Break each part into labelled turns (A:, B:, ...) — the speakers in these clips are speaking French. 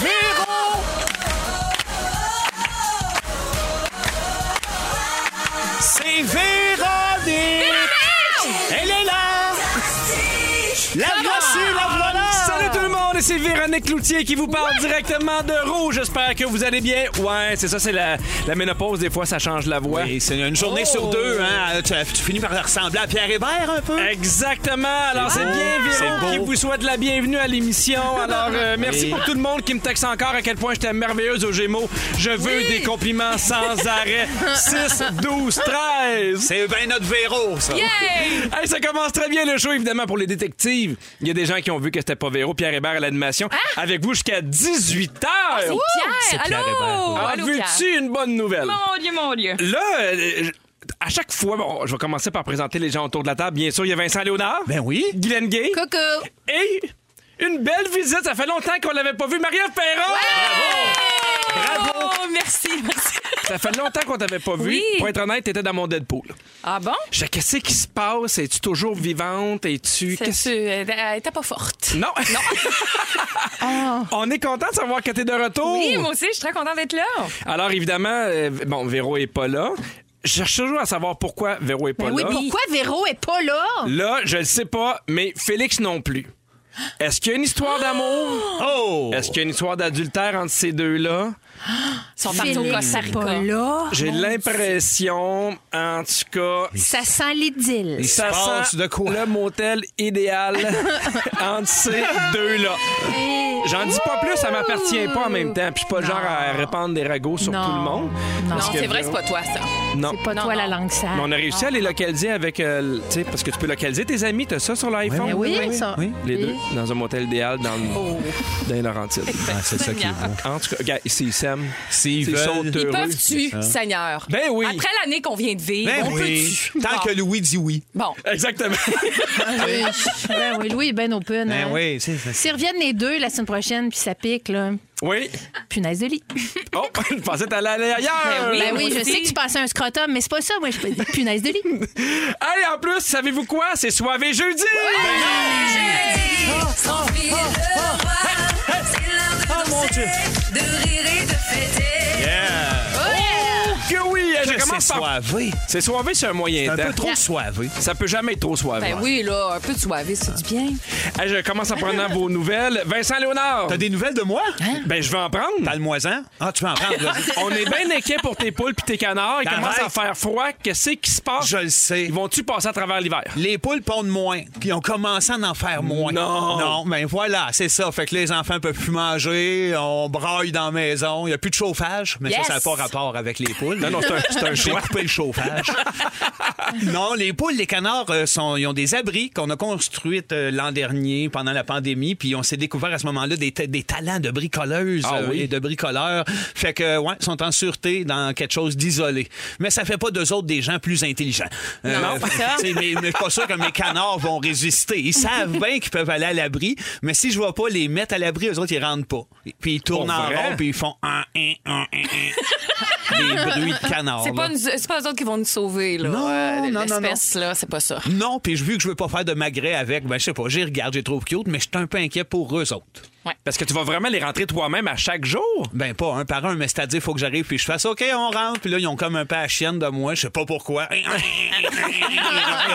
A: Véro! C'est Véronique! Elle est là! La voici, la voilà!
B: Salut tout le monde, c'est Véronique Cloutier qui vous parle directement de Rouge. J'espère que vous allez bien. Ouais, c'est ça, c'est la, la ménopause. Des fois, ça change la voix.
A: Et c'est une journée
B: Oh! Eh,
A: sur deux, hein? Tu, tu finis par ressembler à Pierre Hébert un peu?
B: Exactement. Alors, c'est
A: beau.
B: bien
A: C'est
B: Véro
A: beau.
B: qui vous souhaite la bienvenue à l'émission. Alors, euh, merci
A: Oui.
B: pour tout le monde qui me texte encore à quel point j'étais merveilleuse aux Gémeaux. Je veux des compliments sans arrêt. 6, 12, 13.
A: C'est bien notre Véro, ça!
B: Hey, ça commence très bien le show, évidemment, pour les détectives. Il y a des gens qui ont vu que c'était pas Véro, Pierre Hébert à l'animation.
C: Ah!
B: Avec vous jusqu'à 18h.
C: Pierre,
A: Pierre
C: allô?
A: Hébert,
B: Ah,
C: Ah, Allô, Pierre?
B: veux-tu une bonne nouvelle?
C: Mon Oh, Dieu, mon Dieu.
B: Là, euh, je- à chaque fois, bon, je vais commencer par présenter les gens autour de la table. Bien sûr, il y a Vincent Léonard.
A: Ben oui.
B: Guylaine Gay.
C: Coucou.
B: Et une belle visite. Ça fait longtemps qu'on l'avait pas vu. Marie-Ève Perron.
C: Bravo! Oh, merci, merci.
B: Ah, Ça fait longtemps qu'on t'avait pas vu.
C: Oui.
B: Pour être honnête, t'étais dans mon Deadpool.
C: Ah bon?
B: Je sais, qu'est-ce qui se passe? Es-tu toujours vivante? Es-tu...
C: C'est-
B: qu'est-ce-
C: tu- Elle elle était pas forte.
B: Non. On est content de savoir que t'es de retour.
C: Oui, moi aussi, je suis très contente d'être là.
B: Alors, évidemment, euh, bon, Véro est pas là. Je cherche toujours à savoir pourquoi Véro est pas
D: Ben Oui,
B: là.
D: pourquoi Véro est pas là?
B: Là, je le sais pas, mais Félix non plus. Est-ce qu'il y a une histoire d'amour?
A: Oh!
B: Est-ce qu'il y a une histoire d'adultère entre ces deux-là?
C: Ils sont partis au
D: Félix
C: Costa Rica.
D: pas là.
B: J'ai l'impression, en tout cas,
D: Ça sent l'idylle.
B: ça
A: se passe
B: sent
A: de quoi?
B: le motel idéal entre ces deux-là. J'en dis pas plus, ça m'appartient pas en même temps. Puis je suis pas le genre à répandre des ragots sur
D: Non.
B: tout le monde.
D: Non,
C: Non,
B: Parce que
C: c'est vrai, c'est
B: Véro-
C: pas toi, ça.
B: Non.
D: C'est pas
C: Non,
D: toi
C: non.
D: la langue sale.
B: Mais on a réussi à les localiser avec. euh, le- tu sais, parce que tu peux localiser tes amis, t'as ça sur l'iPhone?
D: Mais oui, ça.
A: Eh oui.
B: Les deux, dans un motel idéal dans le. Dans les Laurentides.
A: Ah, c'est ça qui est beau.
B: En tout cas, gars, s'ils s'aiment,
A: S'ils
B: s'ils sont
A: veulent...
B: heureux.
C: Ils peuvent tu, Seigneur.
B: Ben oui.
C: Après l'année qu'on vient de vivre,
A: Ben
C: on
A: oui.
C: peut tu.
A: Tant
C: Bon.
A: que Louis dit oui.
C: Bon.
B: Exactement.
D: Ah oui. Ben oui, Louis est ben open. hein.
A: oui, c'est ça.
D: S'ils reviennent les deux la semaine prochaine, puis ça pique, là,
B: oui.
D: punaise de lit.
B: Oh, je pensais que t'allais aller ailleurs.
C: Ben oui.
D: Ben oui,
C: moi
D: je
C: aussi.
D: sais que tu passais un scrotum, mais c'est pas ça. Moi, je peux dire punaise de lit.
B: Hey, en plus, savez-vous quoi? C'est soivé jeudi!
A: Ah, mon Dieu! Yeah!
B: Ben Que oui! hein, Je
A: C'est
B: commence par-
A: soivé.
B: C'est soivé, c'est un
A: C'est
B: moyen
A: un
B: temps.
A: peu trop soivé.
B: Ça peut jamais être trop soivé.
C: Ben oui, là, un peu de soivé, c'est du bien.
B: Hey, je commence en prenant vos nouvelles. Vincent Léonard!
A: T'as des nouvelles de moi?
B: Ben, je vais en prendre.
A: T'as le moisin? Ah, tu m'en prends. vas-y.
B: On est bien inquiets pour tes poules puis tes canards. Il
A: Arrête.
B: commence à faire froid. Qu'est-ce qui se passe?
A: Je le sais.
B: Ils vont-tu passer à travers l'hiver?
A: Les poules pondent moins, puis ils ont commencé à en faire moins.
B: Non.
A: Non, mais voilà, c'est ça. Fait que les enfants peuvent plus manger, on braille dans la maison, il n'y a plus de chauffage, mais
C: Yes.
A: ça, ça n'a pas rapport avec les poules.
B: Non, non, c'est un- c'est un
A: J'ai
B: choix.
A: coupé le chauffage. non, les poules, les canards, euh, sont, ils ont des abris qu'on a construits euh, l'an dernier pendant la pandémie, puis on s'est découvert à ce moment-là des, ta- des talents de bricoleuses euh,
B: Ah oui.
A: et de bricoleurs. Fait que, ouais, ils sont en sûreté dans quelque chose d'isolé. Mais ça fait pas d'eux autres des gens plus intelligents. Euh,
C: Non, c'est ça.
A: tu sais, mais, mais je suis pas sûr que mes canards vont résister. Ils savent bien qu'ils peuvent aller à l'abri, mais si je ne vais pas les mettre à l'abri, eux autres, ils rentrent pas. Puis ils tournent
B: Pour
A: en
B: vrai?
A: rond, puis ils font un, un, un, un, un. Des bruits de canards.
C: C'est pas,
A: Ah, là.
C: nous- c'est pas eux autres qui vont nous sauver, là.
A: Non,
C: euh,
A: non, non, non.
C: L'espèce, là, c'est pas ça.
A: Non, puis vu que je veux pas faire de magret avec, ben je sais pas, j'y regarde, j'ai trouve cute, mais je suis un peu inquiet pour eux autres.
B: Parce que tu vas vraiment les rentrer toi-même à chaque jour?
A: Ben pas un par un, mais c'est-à-dire faut que j'arrive puis je fasse OK, on rentre, puis là ils ont comme un peu à chienne de moi, je sais pas pourquoi. Ils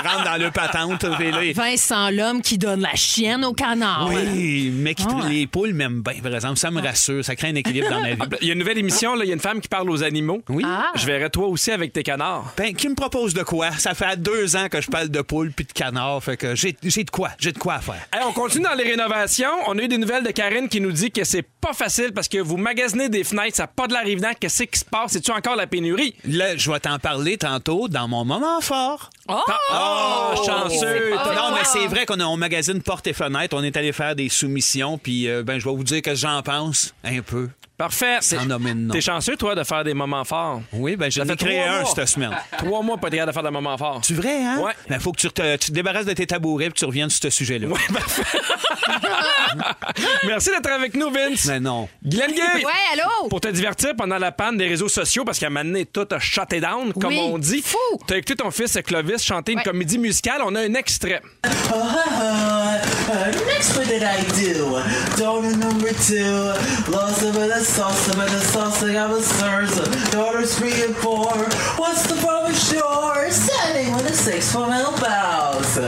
A: rentrent dans le patente, puis là, ils-
D: Vincent, l'homme qui donne la chienne au canard.
A: Oui, mais qui- les poules m'aiment bien, par exemple. Ça me rassure, ça crée un équilibre dans ma vie.
B: Il y a une nouvelle émission, là, il y a une femme qui parle aux animaux.
A: Oui.
D: Ah.
B: Je verrai toi aussi avec tes canards.
A: Ben, qui me propose de quoi? Ça fait deux ans que je parle de poules puis de canards, fait que j'ai j'ai de quoi, j'ai de quoi à faire.
B: Hey, on continue dans les rénovations. On a eu des nouvelles de Karine qui nous dit que c'est pas facile parce que vous magasinez des fenêtres, ça n'a pas de l'air évident. Qu'est-ce qui se passe? C'est-tu encore la pénurie?
A: Là, je vais t'en parler tantôt dans mon moment fort.
C: Oh!
B: Ah, chanceux!
C: pas-
A: non,
C: wow.
A: mais c'est vrai qu'on a on magazine porte et fenêtre. On est allé faire des soumissions, puis euh, ben, je vais vous dire que j'en pense un peu.
B: Parfait. C'est-
A: T'en nommer de nom.
B: T'es chanceux, toi, de faire des moments forts.
A: Oui, ben j'en
B: Ça
A: ai
B: fait
A: créé
B: trois
A: un
B: mois. Ah.
A: cette semaine.
B: Trois mois, pas de capable de faire de moments forts.
A: Tu vrai, hein?
B: Ouais.
A: Ben, faut que tu te, tu te débarrasses de tes tabourets et tu reviennes sur ce sujet-là.
B: Merci d'être avec nous, Vince.
A: Mais non.
B: Glenn Gay!
D: Ouais, allô?
B: Pour te divertir pendant la panne des réseaux sociaux, parce qu'à un moment donné, tout a shuté down, comme
D: Oui,
B: on dit.
D: fou.
B: T'as écouté ton fils Clovis chanter une
D: Ouais.
B: comédie musicale. On a un extrait.
E: The next one that I do, daughter number two, lost over the sauce, over the sauce, I have a sir's, daughters three and four, what's the problem sure, standing with a six from El Bows.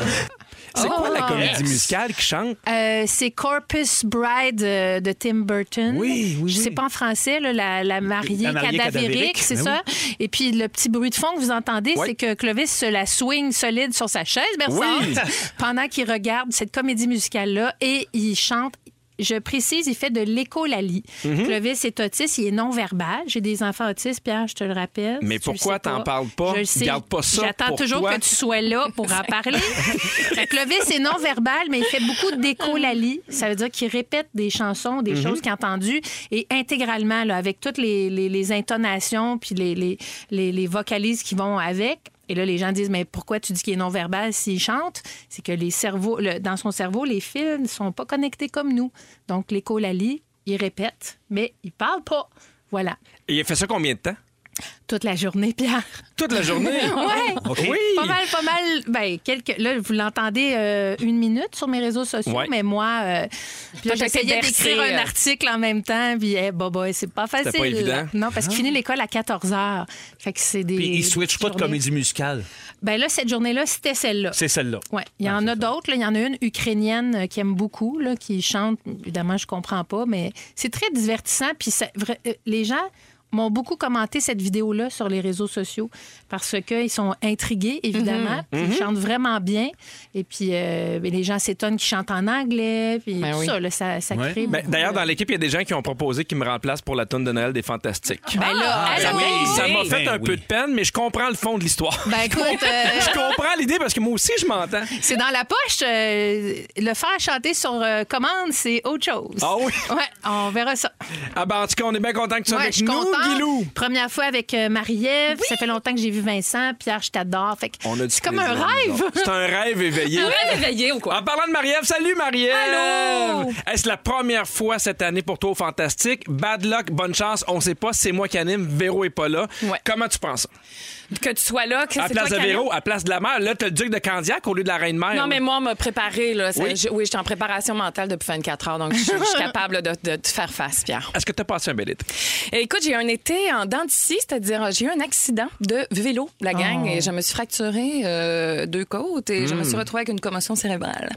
B: C'est
D: Oh.
B: quoi la comédie
A: yes.
B: musicale qui chante?
D: Euh, c'est Corpus Bride euh, de Tim Burton.
A: Oui, oui,
D: Je
A: oui.
D: sais pas en français, là, la, la mariée
A: La mariée cadavérique,
D: cadavérique, c'est
A: ben
D: ça. Et puis le petit bruit de fond que vous entendez,
B: Oui.
D: c'est que Clovis se la swing solide sur sa chaise, Bertrand,
B: Oui.
D: pendant qu'il regarde cette comédie musicale-là et il chante. Je précise, il fait de l'écholalie.
A: Mm-hmm.
D: Clovis est autiste, il est non-verbal. J'ai des enfants autistes, Pierre, je te le rappelle.
B: Mais
D: Tu le
B: pourquoi
D: sais
B: t'en parles pas?
D: Je le sais.
B: Garde pas ça
D: J'attends
B: pour
D: toujours
B: toi.
D: que tu sois là pour en parler. Fait que Clovis est non-verbal, mais il fait beaucoup
B: Mm.
D: d'écholalie. Ça veut dire qu'il répète des chansons,
B: Mm-hmm.
D: des choses qu'il a entendues, et intégralement, là, avec toutes les, les- les intonations puis les, les, les- les vocalises qui vont avec. Et là, les gens disent, mais pourquoi tu dis qu'il est non-verbal s'il chante? C'est que les cerveaux, le- dans son cerveau, les fils ne sont pas connectés comme nous. Donc, l'écholalie, il répète, mais il parle pas. Voilà.
B: Et il a fait ça combien de temps?
D: Toute la journée, Pierre.
B: Toute la journée.
D: Ouais.
B: OK. Oui.
D: Pas mal, pas mal. Ben, quelques... Là, vous l'entendez euh, une minute sur mes réseaux sociaux,
B: Ouais.
D: mais moi, euh, puis là,
C: T'as été
D: j'essayais
C: bercé,
D: d'écrire
C: euh.
D: un article en même temps, puis eh, bah, bah, c'est pas facile.
B: C'était pas évident.
D: Non, parce qu'il finit l'école à 14 h. Fait que c'est des.
A: Puis ils switchent pas de
D: journées.
A: comédie musicale.
D: Ben là, cette journée-là, c'était celle-là.
A: C'est celle-là.
D: Ouais, il y en a d'autres. là. Il y en a une ukrainienne euh, qui aime beaucoup, là, qui chante. Évidemment, je comprends pas, mais c'est très divertissant. Puis ça- vra- euh, les gens m'ont beaucoup commenté cette vidéo-là sur les réseaux sociaux parce qu'ils sont intrigués, évidemment. puis Ils chantent vraiment bien. Et puis, euh, ben, les gens s'étonnent qu'ils chantent en anglais. Puis
C: Ben
D: tout
C: oui.
D: ça, là, ça, ça
A: Ouais.
D: crée.
B: Ben,
D: beaucoup,
B: D'ailleurs,
D: là.
B: dans l'équipe, il y a des gens qui ont proposé qu'ils me remplacent pour la toune de Noël des Fantastiques.
D: Ben là,
B: Ça
D: allô?
B: m'a- ça m'a
A: oui.
B: fait un
A: Ben
B: peu
A: oui.
B: de peine, mais je comprends le fond de l'histoire.
D: Ben, écoute, euh,
B: Je comprends l'idée parce que moi aussi, je m'entends.
D: c'est dans la poche. euh, le faire chanter sur euh, commande, c'est autre chose.
B: Ah oui?
D: Ouais, on verra ça.
B: Ah ben, en tout cas, on est bien content que tu sois
D: Ouais,
B: avec
D: je suis
B: nous,
D: contente.
B: Guilou.
D: Première fois avec euh, Marie-Ève. Ça fait longtemps que j'ai vu Vincent. Pierre, je t'adore. Fait que
B: On a du
D: c'est comme un
B: plaisir, nous
D: rêve. Ah
B: autres. C'est un rêve éveillé.
C: Réveillé ou quoi?
B: En parlant de Marie-Ève, salut Marie-Ève!
C: Allô!
B: Est-ce la première fois cette année pour toi au Fantastique? Bad luck, bonne chance, on sait pas, c'est moi qui anime, Véro est pas là.
C: Ouais.
B: Comment tu penses?
C: Que tu sois là, que
B: À
C: c'est toi
B: place de
C: qui
B: Véro, à place de la mère, là, t'as le duc de Candiac au lieu de la reine-mère.
C: Non, mais moi, on m'a préparé. Là, Ça-
B: Ah, Oui.
C: je- oui, j'étais en préparation mentale depuis 24 heures, donc je je suis capable de, de te faire face, Pierre.
B: Est-ce que t'as passé un bel été?
C: Et écoute, j'ai eu un été en dents d'ici, c'est-à-dire euh, j'ai eu un accident de vélo, la
B: Oh.
C: gang, et je me suis fracturé euh, deux côtes et je me
B: Hmm.
C: suis retrouvée avec une commotion cérébrale.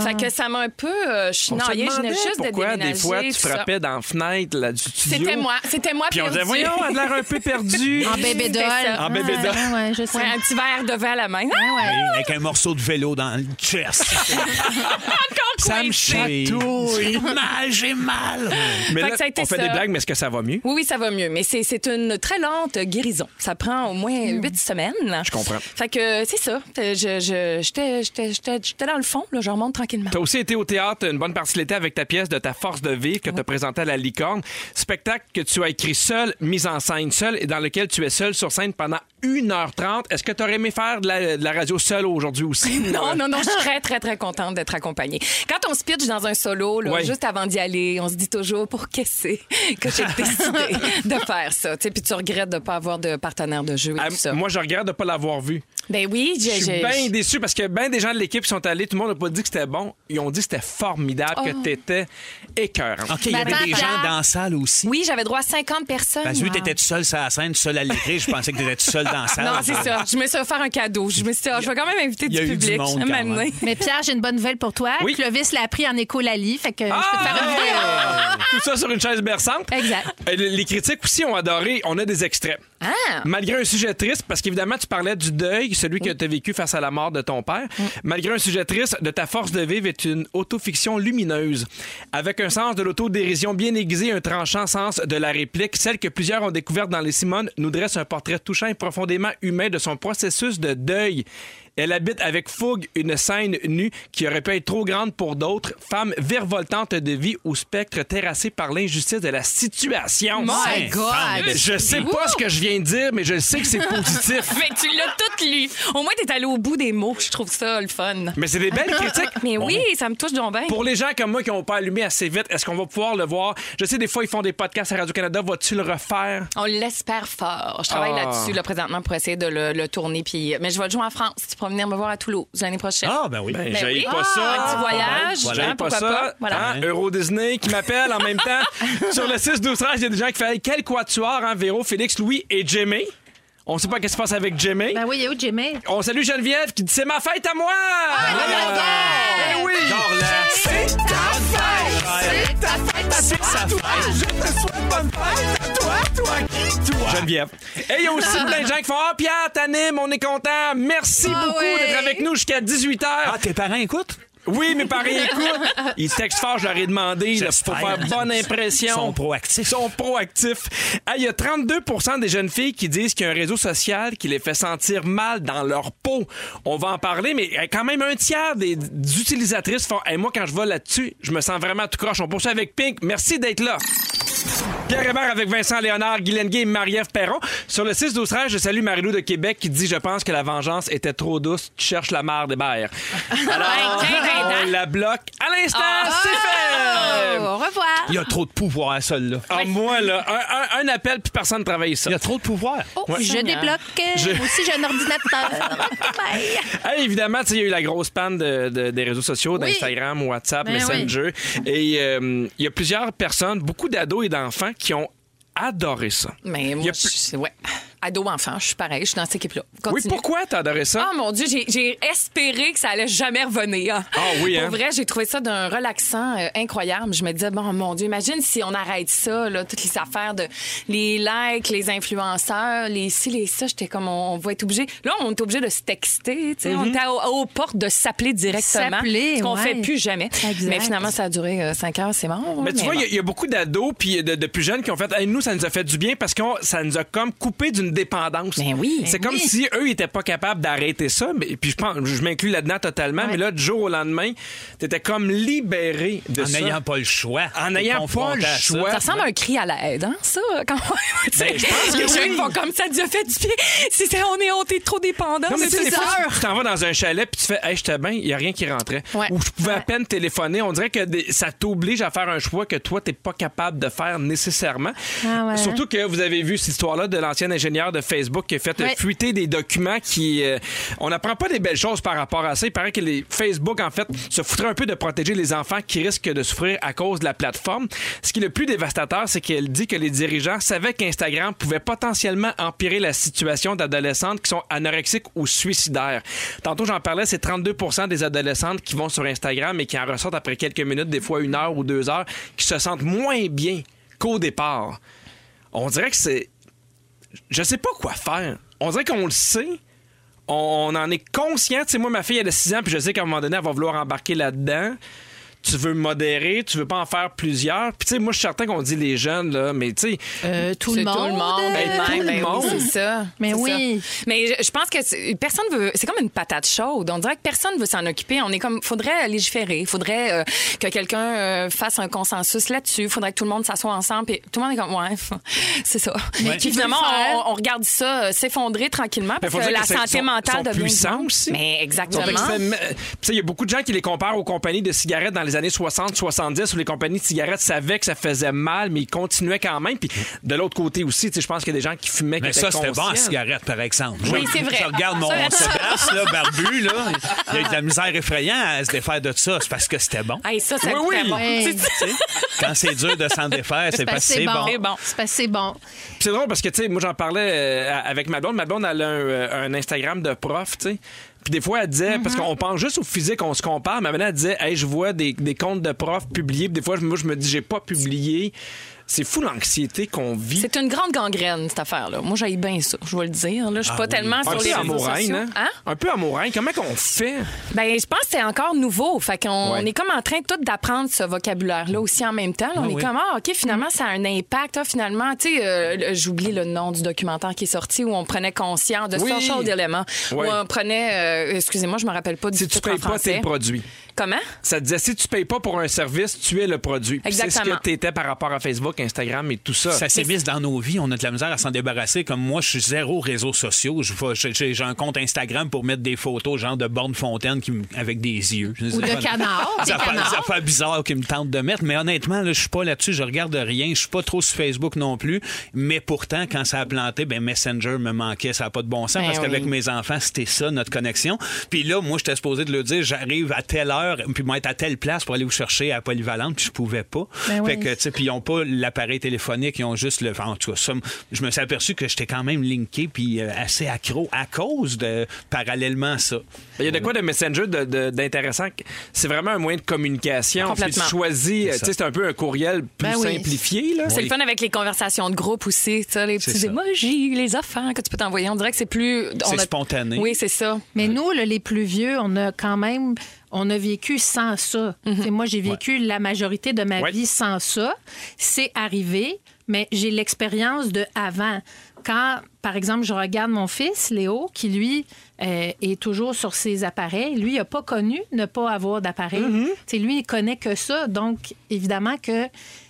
C: Fait que ça m'a un peu euh,
B: Ah. On se
C: chenoyée. Je venais
B: demandait
C: juste de
B: pourquoi
C: déménager.
B: des fois tu
C: tout ça.
B: frappais dans la fenêtre là, du studio.
C: C'était moi, c'était moi.
B: Puis on disait,
C: perdue.
B: voyons, elle a l'air un peu perdue.
D: En bébé
C: C'était
D: doll.
C: ça.
B: En Ah, bébé doll.
D: Ouais, ouais, je sais.
C: Ouais, un petit verre de vin à la main. Ah, ouais.
A: Oui, Avec un morceau de vélo dans le chest.
C: Encore
B: Ça me
C: coincée.
B: chatouille.
A: J'ai mal, j'ai mal.
C: Fait
B: Mais là,
C: que ça a été
B: on fait
C: ça.
B: des blagues, mais est-ce que ça va mieux?
C: Oui, oui, ça va mieux, mais c'est c'est une très lente guérison. Ça prend au moins huit semaines.
B: Je comprends.
C: Fait que c'est ça. Euh, je- je- J'étais j'étais- j'étais- j'étais dans le fond, là, je remonte tranquillement.
B: T'as aussi été au théâtre une bonne partie de l'été avec ta pièce de ta force de vivre que t'as présentée à la licorne. Spectacle que tu as écrit seul, mise en scène seul et dans lequel tu es seul sur scène pendant 1h30. Est-ce que t'aurais aimé faire de la, de la radio seule aujourd'hui aussi?
C: Non, non, non, je suis très, très, très contente d'être accompagnée. Quand on se pitch dans un solo, là,
B: Ouais.
C: juste avant d'y aller, on se dit toujours pour qu'est-ce que j'ai décidé de faire ça. Tu sais, puis tu regrettes de ne pas avoir de partenaire de jeu et
B: Ah,
C: tout ça.
B: moi, je regarde de pas l'avoir vu.
C: ben oui, j'ai.
B: Je suis
C: j'ai-
B: bien déçu parce que bien des gens de l'équipe sont allés. Tout le monde n'a pas dit que c'était bon. Ils ont dit que c'était formidable,
D: Oh.
B: que t'étais écœurant.
A: OK, il y avait
D: attends,
A: des gens
D: Pierre.
A: dans la salle aussi.
C: Oui, j'avais droit à 50 personnes.
A: Parce que lui, t'étais tout seul sur la scène, tout seul à l'écrit. Je pensais que t'étais tout seul dans la salle.
C: Non, c'est ça. Je me suis offert un cadeau. Je me suis dit, ah, je vais quand même inviter
A: Il y a
C: du
A: eu du
C: public.
A: monde,
C: Je vais
A: quand même.
C: m'amener.
D: Mais Pierre, j'ai une bonne nouvelle pour toi.
B: Oui. Ah!
D: Clovis l'a appris en écholalie. Fait que je peux te faire une vidéo.
B: Tout ça sur une chaise berçante.
D: Exact.
B: Euh, Les critiques aussi ont adoré. On a des extraits.
C: Ah!
B: Malgré un sujet triste, parce qu'évidemment, tu parlais du deuil, celui que tu as vécu face à la mort de ton père. Malgré un sujet triste, de ta force de vivre est une autofiction lumineuse. Avec un sens de l'autodérision bien aiguisé, un tranchant sens de la réplique, celle que plusieurs ont découverte dans les Simones nous dresse un portrait touchant et profondément humain de son processus de deuil. Elle habite avec fougue une scène nue qui aurait pu être trop grande pour d'autres, femme virevoltante de vie au spectre terrassé par l'injustice de la situation.
C: My God!
B: Je sais pas ce que je viens de dire, mais je sais que c'est positif.
C: Mais tu l'as toute lu. Au moins, t'es allé au bout des mots. Je trouve ça le fun.
B: Mais c'est des belles critiques.
C: Mais oui,
B: On-
C: ça me touche donc bien.
B: Pour les gens comme moi qui n'ont pas allumé assez vite, est-ce qu'on va pouvoir le voir? Je sais, des fois, ils font des podcasts à Radio-Canada. Vas-tu le refaire?
C: On l'espère fort. Je travaille
B: Ah.
C: là-dessus là, présentement pour essayer de le, le tourner. Puis... euh, Mais je vais le jouer en France. Tu pourras venir me voir à Toulouse l'année prochaine.
A: Ah, ben oui.
B: Ben,
C: Ben oui.
B: j'haïs pas
C: Un
B: ça.
C: petit voyage,
A: Voilà.
C: hein,
B: J'haïs pas
C: pourquoi
B: ça.
C: pas. Voilà.
B: Hein, Euro Disney qui m'appelle en même temps. Sur le 6-12-13, il y a des gens qui font Hey, Quel quatuor, hein, Véro, Félix, Louis et Jimmy? On sait pas qu'est-ce qui se passe avec Jimmy.
D: Ben oui, il y a où Jimmy?
B: On salue Geneviève qui dit C'est ma fête à moi! Ah,
A: Ben oui! Genre là, c'est ta fête! C'est ta fête! C'est sa fête! Je te souhaite bonne fête à toi, toi qui, toi!
B: Geneviève. Et il y a aussi plein de gens qui font Ah, Pierre, t'animes, on est content. Merci beaucoup
C: ouais.
B: d'être avec nous jusqu'à 18h.
A: Ah, tes parents écoutent?
B: Oui, mes parents écoutent. Ils textent fort, je leur ai demandé là, pour
A: J'espère.
B: faire bonne impression.
A: Ils sont proactifs.
B: Ils sont proactifs. Ah, Il y a 32 des jeunes filles qui disent qu'il y a un réseau social qui les fait sentir mal dans leur peau. On va en parler, mais euh, quand même un tiers des des utilisatrices font et Moi, quand je vais là-dessus, je me sens vraiment tout croche. On poursuit avec Pink. Merci d'être là. Pierre Hébert avec Vincent Léonard, Guylaine Gay et Marie-Ève Perron. Sur le 6 12 13 je salue Marilou de Québec qui dit Je pense que la vengeance était trop douce, tu cherches la mare des bères. Alors, on la bloque à l'instant, Ah, c'est fait!
D: Oh, Ah, au revoir.
A: Il y a trop de pouvoir, celle-là.
B: Ah, moi, là, un, un- un appel, puis personne ne travaille ça.
A: Il y a trop de pouvoir.
D: Oh, Je débloque. euh, Moi aussi, j'ai un ordinateur. Bye.
B: Ah, évidemment, tu sais, il y a eu la grosse panne de- de- des réseaux sociaux, d'Instagram, WhatsApp,
D: Ben
B: Messenger. Et euh, il y a plusieurs personnes, beaucoup d'ados et d'enfants, qui ont adoré ça.
C: Ben Mais
B: Il y
C: moi,
B: a plus-
C: je- ouais. ado enfant, je suis pareil, je suis dans cette équipe-là.
B: Oui,
C: Continue.
B: pourquoi t'as adoré ça?
C: Ah mon Dieu, j'ai- j'ai espéré que ça allait jamais revenir.
B: Ah oui,
C: Pour
B: hein?
C: vrai, j'ai trouvé ça d'un relaxant euh, incroyable. Je me disais, bon, mon Dieu, imagine si on arrête ça, là, toutes les affaires de les likes, les influenceurs, les ci, les ça. J'étais comme, on, on va être obligé. Là, on est obligé de se texter, tu sais.
B: Mm-hmm.
C: On était aux, aux portes de s'appeler directement.
D: S'appeler,
C: Ce qu'on
D: ouais.
C: fait plus jamais.
D: Exact.
C: Mais finalement, ça a duré euh, cinq heures, c'est mort.
B: Mais tu vois, il y a- il y, a beaucoup d'ados puis de, de plus jeunes qui ont fait Hey, nous, ça nous a fait du bien parce que ça nous a comme coupé d'une dépendance.
C: Ben oui.
B: C'est
C: Ben
B: comme si eux, ils n'étaient pas capables d'arrêter ça. Mais, puis je pense, je m'inclus là-dedans totalement. Mais là, du jour au lendemain, tu étais comme libéré de
A: En
B: ça.
A: n'ayant pas le choix.
B: En
A: T'es
B: n'ayant pas
A: confronté
B: le
A: à ça.
B: choix.
C: Ça ressemble à un cri à la aide, hein, ça, quand même.
B: Ben, je pense que
C: les jeunes
B: oui.
C: font comme ça, Dieu fait du bien. Si c'est- on est, on est trop dépendant.
B: Non, mais tu sais,
C: c'est
B: des
C: ça.
B: fois, tu t'en vas dans un chalet puis tu fais, hey, j'étais bien, il n'y a rien qui rentrait.
C: Ouais.
B: Ou je pouvais à peine téléphoner. On dirait que des- ça t'oblige à faire un choix que toi, t'es pas capable de faire nécessairement.
D: Ah
C: hein?
D: ouais.
B: Surtout que vous avez vu cette histoire-là de l'ancien ingénieur de Facebook qui a fait euh,
D: Ouais.
B: fuiter des documents qui. euh, on n'apprend pas des belles choses par rapport à ça. Il paraît que les Facebook, en fait, se foutrait un peu de protéger les enfants qui risquent de souffrir à cause de la plateforme. Ce qui est le plus dévastateur, c'est qu'elle dit que les dirigeants savaient qu'Instagram pouvait potentiellement empirer la situation d'adolescentes qui sont anorexiques ou suicidaires. Tantôt, j'en parlais, c'est 32 des adolescentes qui vont sur Instagram et qui en ressortent après quelques minutes, des fois une heure ou deux heures, qui se sentent moins bien qu'au départ. On dirait que c'est je sais pas quoi faire. On dirait qu'on le sait. On on en est conscient. Tu sais, moi, ma fille, elle a 6 ans, puis je sais qu'à un moment donné, elle va vouloir embarquer là-dedans. Tu veux modérer, tu veux pas en faire plusieurs. Puis, tu sais, moi, je suis certain qu'on dit les jeunes, là, mais tu sais,
D: Euh, tout, le
C: C'est
D: monde.
C: Tout le monde.
B: Ben,
C: même,
B: tout le
C: ben oui,
B: monde.
C: c'est ça.
D: Mais
C: c'est
D: oui.
C: ça. Mais je, je pense que c'est- personne veut. C'est comme une patate chaude. On dirait que personne veut s'en occuper. On est comme. Faudrait légiférer. Faudrait euh, que quelqu'un euh, fasse un consensus là-dessus. Faudrait que tout le monde s'assoie ensemble. Puis tout le monde est comme ouais, c'est ça. Mais
D: qui
C: Puis finalement,
D: veut le faire?
C: on, on regarde ça euh, s'effondrer tranquillement
B: Ben,
C: parce
B: faut
C: que
B: dire
C: la
B: que c'est-
C: santé
B: sont-
C: mentale
B: sont
C: devient
B: puissants aussi.
C: Mais exactement.
B: Sont extrêmement- Puis tu sais, il y a beaucoup de gens qui les comparent aux compagnies de cigarettes dans les années 60, 70, où les compagnies de cigarettes savaient que ça faisait mal, mais ils continuaient quand même. Puis de l'autre côté aussi, tu sais, je pense qu'il y a des gens qui fumaient,
A: Mais
B: qui
A: ça,
B: étaient
A: c'était bon en
B: conscients.
A: cigarette, par exemple.
C: Oui,
A: Je-
C: c'est vrai.
A: Je regarde mon
C: Ça, ça-
A: Sébastien, là, barbu, là. Il y a eu de la misère effrayante à se défaire de ça. C'est parce que c'était bon.
C: Hey, ça, ça
B: Oui,
C: goûtait
B: oui.
C: bon.
D: Ouais.
C: C'est- c'est-
A: Quand c'est dur de s'en défaire, c'est parce que Ben, c'est bon.
C: bon.
D: C'est parce que c'est bon.
B: Puis C'est drôle parce que, tu sais, moi, j'en parlais euh, avec ma blonde. Ma blonde, elle a un, euh, un Instagram de prof, tu sais. Puis des fois, elle disait, parce
C: Mhm.
B: qu'on pense juste au physique, on se compare, mais maintenant, elle disait, hey, je vois des, des comptes de profs publiés. Puis des fois, je- moi, je me dis, j'ai pas publié. C'est fou l'anxiété qu'on vit.
C: C'est une grande gangrène, cette affaire-là. Moi, j'aille bien ça, je vais le dire. Là, je
B: Ah
C: suis pas tellement sur
B: Un
C: les
B: peu
C: réseaux
B: amoureuse,
C: sociaux.
B: hein?
C: Hein?
B: Un peu amoureuse. Comment qu'on fait?
C: Ben, je pense que c'est encore nouveau. Fait qu'on
B: Ouais. Mm.
C: on est comme en train tout d'apprendre ce vocabulaire-là aussi en même temps. Là, on est
A: oui.
C: comme, ah, OK, finalement, ça a un impact. Ah, finalement, tu sais, euh, le- j'oublie le nom du documentaire qui est sorti où on prenait conscience de
B: Oui.
C: social dilemma.
B: Ouais.
C: Où on prenait, euh, excusez-moi, je me rappelle pas du
B: Si tu
C: titre en
B: payes pas, t'es
C: français.
B: le produit.
C: Comment?
B: Ça te disait, si tu payes pas pour un service, tu es le produit. Puis C'est ce
C: Exactement.
B: que t'étais par rapport à Facebook, Instagram et tout ça.
A: Ça s'évisse dans nos vies. On a de la misère à s'en débarrasser. Comme moi, je suis zéro réseaux sociaux. Je vais- j'ai- J'ai j'ai un compte Instagram pour mettre des photos, genre de borne fontaine qui me- avec des yeux.
D: Ou de canard, des
A: Ça fait,
D: canards.
A: ça fait bizarre qu'ils me tentent de mettre, mais honnêtement, là, je suis pas là-dessus, je regarde rien, je suis pas trop sur Facebook non plus. Mais pourtant, quand ça a planté, ben Messenger me manquait, ça n'a pas de bon sens
C: Ben
A: parce qu'avec
C: oui.
A: mes enfants, c'était ça notre connexion. Puis là, moi, j'étais supposé de le dire, j'arrive à telle heure, puis m'être à telle place pour aller vous chercher à Polyvalente, puis je pouvais pas.
D: Ben
A: fait
D: oui.
A: que tu sais, puis ils ont pas l'appareil téléphonique, ils ont juste le. En tout cas, ça, je me suis aperçu que j'étais quand même linké puis euh, assez accro à cause de parallèlement à ça.
B: Ben, Il y a de quoi de Messenger de- de- d'intéressant. C'est vraiment un moyen de communication. Puis tu
C: Complètement.
B: choisis, euh,
A: C'est
B: tu
A: ça.
B: sais, c'est un peu un courriel plus
D: Ben oui.
B: simplifié. Là.
C: C'est le fun avec les conversations de groupe aussi, tu sais, les petits
A: ça.
C: émojis, les affaires que tu peux t'envoyer. On dirait que c'est plus. on
A: C'est spontané.
C: Oui, c'est ça.
D: Mais nous, là, les plus vieux, on a quand même on a vécu sans ça. T'sais, Moi, j'ai vécu la majorité de ma
B: Ouais.
D: vie sans ça. C'est arrivé, mais j'ai l'expérience de avant. Quand, par exemple, je regarde mon fils, Léo, qui, lui, euh, est toujours sur ses appareils, lui, il n'a pas connu ne pas avoir d'appareil. T'sais, Lui, il connaît que ça. Donc, évidemment que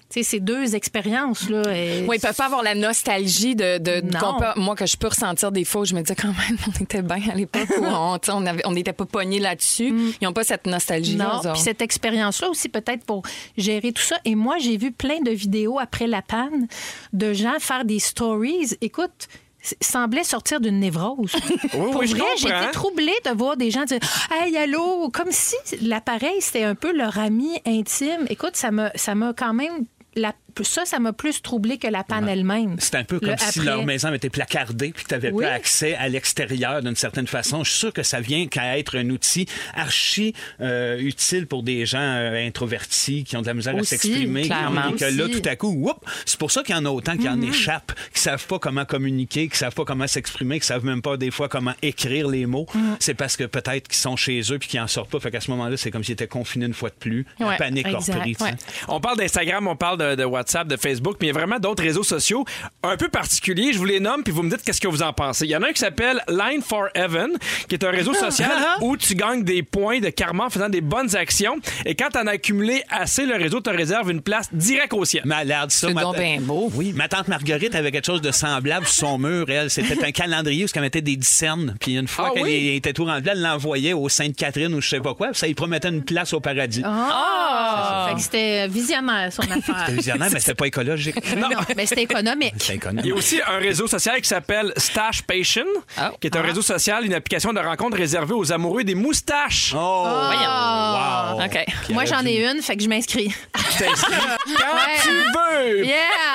D: t'sais, ces deux expériences-là... euh,
C: Oui, ils peuvent pas avoir la nostalgie de, de, de-
D: Non.
C: qu'on peut- moi que je peux ressentir des fois où je me disais quand même on était bien à l'époque où on tu sais, on avait- on n'était pas pognés là-dessus. Ils ont pas cette nostalgie là.
D: Mm. Non, puis cette expérience-là aussi, peut-être pour gérer tout ça. Et moi, j'ai vu plein de vidéos après la panne de gens faire des stories. Écoute, s- semblait sortir d'une névrose. pour
B: oui, je
D: vrai, j'ai
B: comprends.
D: été troublée de voir des gens dire Hey, allô, comme si l'appareil, c'était un peu leur ami intime. Écoute, ça m'a ça m'a quand même. la- ça, ça m'a plus troublée que la panne elle-même.
A: C'est un peu comme
D: Le
A: si
D: après.
A: leur maison était placardée puis que tu n'avais
D: Oui.
A: pas accès à l'extérieur d'une certaine façon. Je suis sûr que ça vient qu'à être un outil archi euh, utile pour des gens euh, introvertis qui ont de la misère
D: Aussi,
A: à s'exprimer.
C: clairement.
A: Et que là,
D: Aussi. Mm-hmm.
A: tout à coup, whoop, c'est pour ça qu'il y en a autant qui en échappent, qui savent pas comment communiquer, qui savent pas comment s'exprimer, qui savent même pas des fois comment écrire les mots.
D: Mm.
A: C'est parce que peut-être qu'ils sont chez eux puis qu'ils en sortent pas. Fait qu'à ce moment-là, c'est comme s'ils étaient confinés une fois de plus. La
C: Ouais,
A: panique leur
D: exact,
A: prise, hein. tu
D: ouais.
A: sais.
B: On parle d'Instagram, on parle de, de WhatsApp, de Facebook, mais il y a vraiment d'autres réseaux sociaux un peu particuliers. Je vous les nomme, puis vous me dites qu'est-ce que vous en pensez. Il y en a un qui s'appelle Line for Heaven, qui est un
C: Ah,
B: réseau social où tu gagnes des points de karma en faisant des bonnes actions. Et quand t'en as accumulé assez, le réseau te réserve une place directe au ciel.
A: Malade, ça.
C: C'est
A: ma-
C: donc bien beau.
A: Oui, ma tante Marguerite avait quelque chose de semblable sur son mur. Elle, c'était un calendrier où elle mettait des dizaines. Puis une fois
C: Ah
A: qu'elle
C: oui?
A: était tout remplie, elle l'envoyait au Sainte-Catherine ou je sais pas quoi. puis Ça lui promettait une place au paradis.
D: Ah! Fait que c'était visionnaire, son affaire.
A: C'était visionnaire, mais c'était pas écologique.
D: non, mais c'était économique.
A: C'était
B: Il y a
A: économique.
B: aussi un réseau social qui s'appelle Stash Patient,
D: Oh. Ah.
B: qui est un réseau social, une application de rencontre réservée aux amoureux des moustaches.
A: Oh! Wow!
C: OK.
D: Moi, j'en ai une, fait que je m'inscris.
B: T'inscris quand tu veux.
D: Ah Yeah!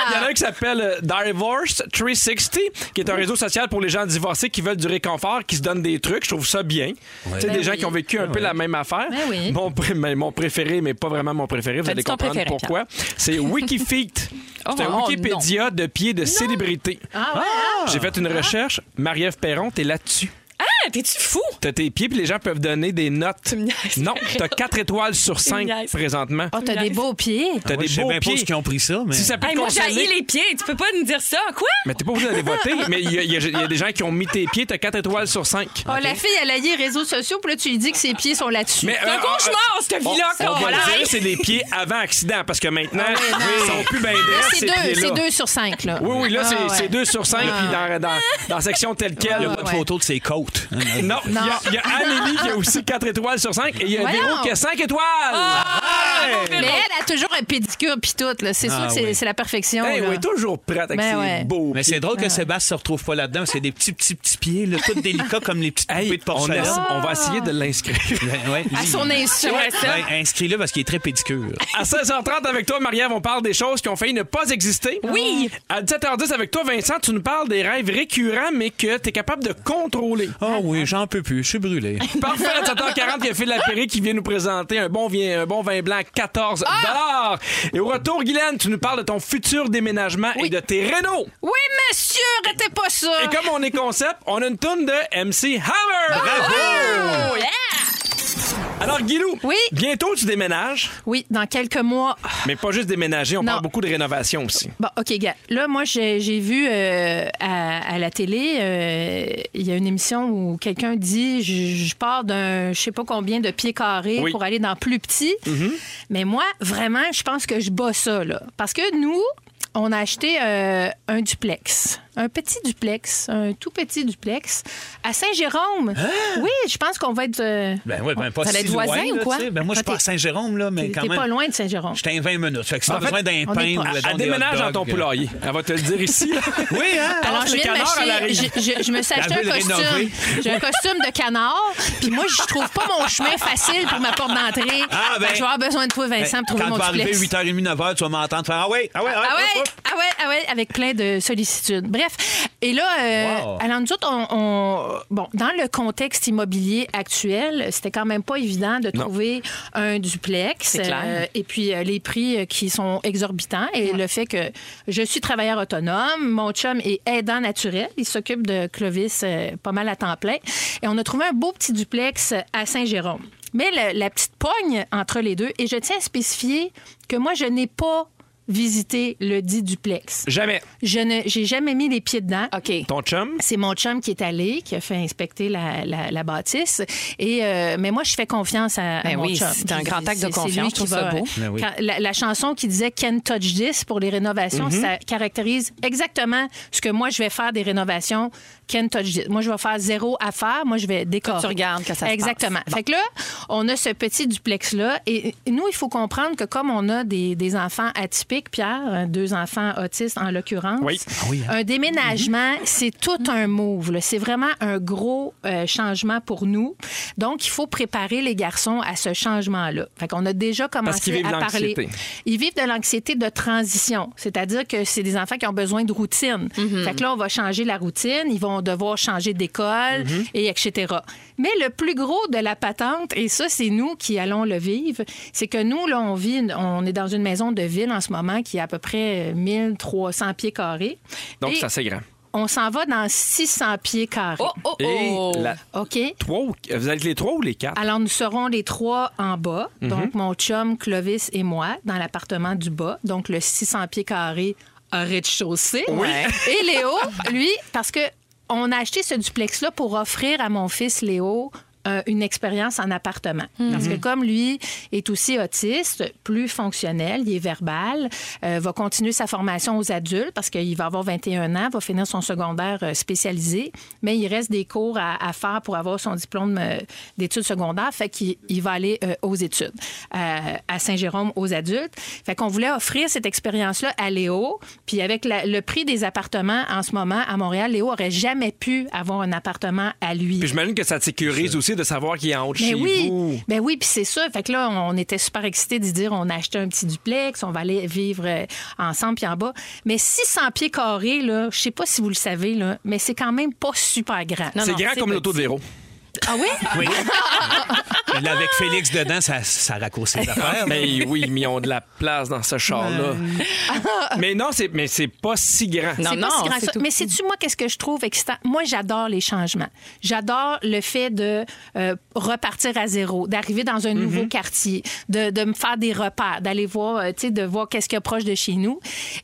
B: Il y en a un qui s'appelle euh, Divorce 360, qui
D: Mm.
B: est un réseau social pour les gens divorcés qui veulent du réconfort, qui se donnent des trucs. Je trouve ça bien. Tu sais,
D: Ben
B: des gens
D: oui.
B: qui ont vécu un peu la même affaire.
D: Ben oui.
B: Mon, pré- mais mon préféré, mais pas vraiment mon préféré. Vous
C: T'as
B: allez
C: dit ton
B: comprendre
C: préféré,
B: pourquoi. C'est Wikifeet. C'est un
C: Oh, oh,
B: Wikipédia de pieds de célébrités.
D: Ah ouais, hein?
B: J'ai fait une recherche. Marie-Ève Perron, t'es là-dessus.
C: Ah, t'es-tu fou?
B: T'as tes pieds, puis les gens peuvent donner des notes.
C: me niaises.
B: Non, t'as 4 étoiles sur 5
C: niaises.
B: présentement.
D: Ah, t'as des beaux pieds.
B: T'as
A: Moi,
B: des
A: je sais
B: beaux
A: bien pas
B: pieds.
A: ce qu'ils ont pris ça, mais.
B: Si ça peut
C: Hey,
B: te
C: moi, j'ai
B: concerner-
C: les pieds. Tu peux pas nous dire ça. Quoi?
B: Mais t'es pas obligé d'aller voter. Mais il y, a- il y a- il y a des gens qui ont mis tes pieds, t'as 4 étoiles sur 5.
D: Ah, La fille, elle a lié réseaux sociaux, puis là, tu lui dis que ses pieds sont là-dessus.
B: Mais,
C: C'est un cauchemar, cette
B: on,
C: vie-là.
B: on
C: qu'on
B: va
C: l'a.
B: le dire, c'est des pieds avant accident, parce que maintenant,
D: Ah, non.
B: ils sont plus bien
D: Là,
B: dressés,
D: c'est
B: ces
D: deux,
B: pieds-là.
D: c'est deux sur cinq, là.
B: Oui, oui, là,
D: Ah, ouais.
B: c'est 2 sur 5, puis dans, dans, dans section telle
A: Il n'y
B: quelle.
A: a pas de
D: ouais.
A: photo de ses côtes.
B: Non, il y, a- il y a Amélie qui a aussi 4 étoiles sur 5, et il y a
D: Voyons. Ah.
B: Véro qui a 5 étoiles.
D: Mais elle a toujours un pédicure puis tout. là. C'est sûr
A: Ah,
D: que c'est
A: oui.
D: c'est la perfection.
B: Hey,
D: Oh, là.
B: oui, toujours prête avec
D: Ben
B: ses
D: ouais.
B: beaux
A: Mais
B: pieds.
A: c'est drôle que Sébastien se retrouve pas là-dedans. C'est des petits, petits, petits pieds, là, tout délicats comme les petites
B: Hey,
A: poupées de
B: on,
A: porcelaine.
B: a- on va essayer
D: Ah!
B: de l'inscrire.
A: Ouais, lui,
D: À son insu.
A: ouais, Inscris-le parce qu'il est très pédicure.
B: À 16h30 avec toi, Marie-Ève, on parle des choses qui ont failli ne pas exister. Oui. À 17h10 avec toi, Vincent, tu nous parles des rêves récurrents, mais que tu es capable de contrôler.
A: Oh oui, j'en Ah peux plus, je suis brûlé.
B: Parfait, à 17h40, il y a Phil Lapéry qui vient nous présenter un bon, vi- un bon vin blanc 14
D: Ah!
B: dollars. Et au retour, Guylaine, tu nous parles de ton futur déménagement et de tes rénaux.
D: Oui, monsieur, arrêtez pas ça!
B: Et comme on est concept, on a une toune de MC Hammer.
D: Oh, yeah!
B: Alors, Guilou,
D: Oui.
B: bientôt tu déménages,
D: Oui, dans quelques mois.
B: mais pas juste déménager, on
D: Non.
B: parle beaucoup de rénovation aussi.
D: Bon, OK, gars. Là, moi, j'ai j'ai vu euh, à, à la télé, euh, il y a une émission où quelqu'un dit je, je pars d'un je sais pas combien de pieds carrés
B: Oui.
D: pour aller dans plus petit.
A: Mm-hmm.
D: Mais moi, vraiment, je pense que je bats ça, là. Parce que nous, on a acheté euh, un duplex. Un petit duplex, un tout petit duplex à Saint-Jérôme. Oui, je pense qu'on va être. euh,
A: Hein? Ben oui, ben pas
C: Ça va
A: si
C: être voisin
A: loin,
C: ou
A: là,
C: quoi?
A: tu sais. Ben moi, je suis
D: Toi,
A: pas à
D: Ah, t'es-
A: Saint-Jérôme, là, mais
D: T'es
A: quand
D: t'es
A: même.
D: pas loin de Saint-Jérôme.
A: J'étais un 20 minutes. Fait que si t'as
B: En fait,
A: besoin d'un
D: on est
A: pain ou
D: proche.
A: mettons,
B: Elle
A: des
B: déménage
A: hot
B: dans ton
A: dogs, euh,
B: poulailler. Elle va te le dire ici. là.
A: Oui, hein?
D: Alors,
B: Passe
D: je
B: le
D: viens de
B: canard à la
D: m'acheter.
B: rive.
D: Je, je- je me suis acheté
A: Elle veut
D: un
A: le
D: costume.
A: rénover.
D: J'ai un costume de canard. Puis moi, je trouve pas mon chemin facile pour ma porte d'entrée.
A: Ah, ben.
D: Fait que je vais avoir besoin de toi, Vincent, pour trouver
A: Quand
D: mon
A: tu vas arriver
D: duplex.
A: 8h30, 9h, tu vas m'entendre faire Ah oui, ah oui,
D: Ah ouais,
A: hop, hop.
D: ah ouais, ah ouais, avec plein de sollicitudes. Bref, et là, euh,
A: Wow.
D: alors nous autres, on, on- bon, dans le contexte immobilier actuel, c'était quand même pas évident de
B: Non.
D: trouver un duplex.
C: C'est clair.
D: et puis euh, les prix euh, qui sont exorbitants et le fait que je suis travailleur autonome, mon chum est aidant naturel, il s'occupe de Clovis euh, pas mal à temps plein, et on a trouvé un beau petit duplex euh, à Saint-Jérôme. Mais le- la petite pogne entre les deux, et je tiens à spécifier que moi, je n'ai pas visiter le dit duplex.
B: Jamais.
D: Je ne, j'ai jamais mis les pieds dedans.
C: OK.
B: Ton chum,
D: C'est mon chum qui est allé, qui a fait inspecter la, la- la bâtisse. Et, euh, mais moi, je fais confiance à, à
C: Ben
D: mon
C: oui,
D: chum.
C: c'est un
D: Je dis,
C: grand acte de
D: c'est- c'est
C: confiance,
D: lui
C: je
D: qui
C: trouve ça
D: va-
C: beau.
A: Ben oui.
D: Quand- la, la chanson qui disait Can Touch This pour les rénovations,
C: Mm-hmm.
D: ça caractérise exactement ce que moi, je vais faire des rénovations. Can Touch This. Moi, je vais faire zéro affaire. Moi, je vais décorer.
C: tu regardes que ça se passe.
D: Exactement. Fait que là, on a ce petit duplex-là. Et nous, il faut comprendre que comme on a des, des enfants atypiques, Pierre, euh, deux enfants autistes en l'occurrence,
B: Oui. hein. Mm-hmm.
D: un déménagement, c'est tout un move. là. C'est vraiment un gros euh, changement pour nous. Donc, il faut préparer les garçons à ce changement-là. Fait qu'on a déjà
B: Parce qu'ils
D: commencé
B: vivent
D: à parler.
B: l'anxiété.
D: Ils vivent de l'anxiété de transition, c'est-à-dire que c'est des enfants qui ont besoin de routine. Fait que là, on va changer la routine, ils vont devoir changer d'école, et etc. Mais le plus gros de la patente, et ça, c'est nous qui allons le vivre, c'est que nous, là, on vit, on est dans une maison de ville en ce moment qui a à peu près euh, 1300 pieds carrés.
B: donc
D: Et
B: ça c'est grand.
D: on s'en va dans 600 pieds carrés.
C: Oh, oh,
B: Et
C: oh.
B: la-
D: OK?
B: Trois ou- Vous êtes les trois ou les quatre?
D: Alors, nous serons les trois en bas. Donc, mon chum, Clovis et moi, dans l'appartement du bas. Donc, le 600 pieds carrés à rez-de-chaussée. Et Léo, lui, parce que on a acheté ce duplex-là pour offrir à mon fils Léo euh, une expérience en appartement. Parce que comme lui est aussi autiste, plus fonctionnel, il est verbal, euh, va continuer sa formation aux adultes parce qu'il va avoir 21 ans, va finir son secondaire euh, spécialisé, mais il reste des cours à, à faire pour avoir son diplôme euh, d'études secondaires, fait qu'il il va aller euh, aux études euh, à Saint-Jérôme aux adultes. Fait qu'on voulait offrir cette expérience-là à Léo, puis avec la- le prix des appartements en ce moment à Montréal, Léo aurait jamais pu avoir un appartement à lui.
B: Puis j'imagine que ça te sécurise aussi de savoir qu'il est en haut de
D: Ben
B: chez
D: oui,
B: vous.
D: ben oui, puis c'est ça. Fait que là, on était super excités d'y dire on a acheté un petit duplex, on va aller vivre euh, ensemble puis en bas. Mais 600 pieds carrés, là, je sais pas si vous le savez, là, mais c'est quand même pas super grand.
C: Non,
B: C'est
C: non,
B: grand
C: c'est
B: comme l'auto de
C: petit.
B: Véro.
D: Ah oui?
A: Oui. Mais là, avec Félix dedans, ça, ça raccourcit les affaires.
B: Mais oui, mais ils ont de la place dans ce char-là. mais non, c'est, mais c'est pas si grand.
C: Non,
D: C'est pas
C: non,
D: si grand
C: c'est
D: que ça.
C: tout
D: Mais sais-tu, moi, qu'est-ce que je trouve excitant? Moi, j'adore les changements. J'adore le fait de euh, repartir à zéro, d'arriver dans un nouveau
C: Mm-hmm.
D: quartier, de, de me faire des repères, d'aller voir, euh, tu sais, de voir qu'est-ce qu'il y a proche de chez nous.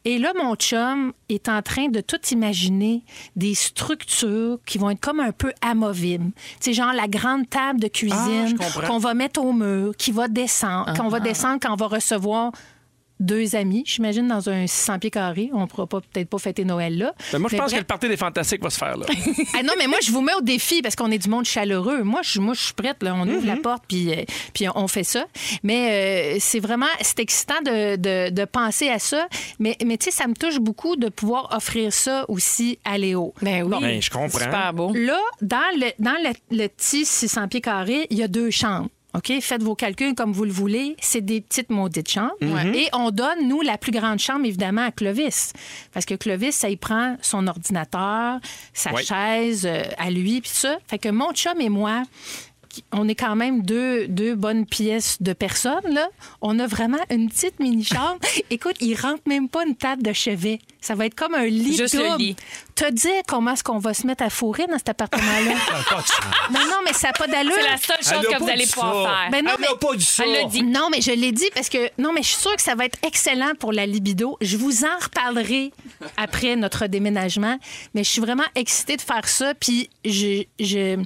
D: Et là, mon chum est en train de tout imaginer des structures qui vont être comme un peu amovibles. Tu sais, genre la grande table
C: Ah,
D: de cuisine qu'on va mettre au mur, qui va descendre,
B: Ah,
D: qu'on va descendre quand on va recevoir deux amis, j'imagine, dans un 600 pieds carrés. On ne pourra pas- peut-être pas fêter Noël là.
B: Ben, moi, je pense que
D: bref-
B: le party des fantastiques va se faire là.
D: Ah non, mais moi, je vous mets au défi parce qu'on est du monde chaleureux. Moi, je, moi, je suis prête. Là. On
B: Mhm.
D: ouvre la porte puis, euh, puis on fait ça. Mais euh, c'est vraiment, c'est excitant de, de- de penser à ça. Mais, mais tu sais, ça me touche beaucoup de pouvoir offrir ça aussi à Léo.
C: Ben oui.
D: Bon.
B: Ben, je comprends.
C: Super beau.
D: Là, dans le, dans le, le petit 600 pieds carrés, il y a deux chambres. OK? Faites vos calculs comme vous le voulez. C'est des petites maudites chambres. Et on donne, nous, la plus grande chambre, évidemment, à Clovis. Parce que Clovis, ça y prend son ordinateur, sa
B: Ouais.
D: chaise euh, à lui, puis tout ça. Fait que mon chum et moi, qui- on est quand même deux, deux bonnes pièces de personnes. Là. On a vraiment une petite mini-chambre. Écoute, il rentre même pas une table de chevet. Ça va être comme un lit
C: Juste le
D: double.
C: lit.
D: Te dire comment est-ce qu'on va se mettre à fourrer dans cet appartement-là.
A: Ça a pas de sens.
D: non, non, mais ça n'a pas d'allure.
C: C'est la seule chose
A: Elle a
C: que vous
A: pas
C: allez
A: dit
C: pouvoir
A: ça.
C: faire.
D: Ben non,
A: Elle n'a
D: mais-
A: pas du ça.
C: Elle l'a dit.
D: Non, mais je l'ai dit parce que. Non, mais je suis sûre que ça va être excellent pour la libido. Je vous en reparlerai après notre déménagement. Mais je suis vraiment excitée de faire ça. Puis je- je-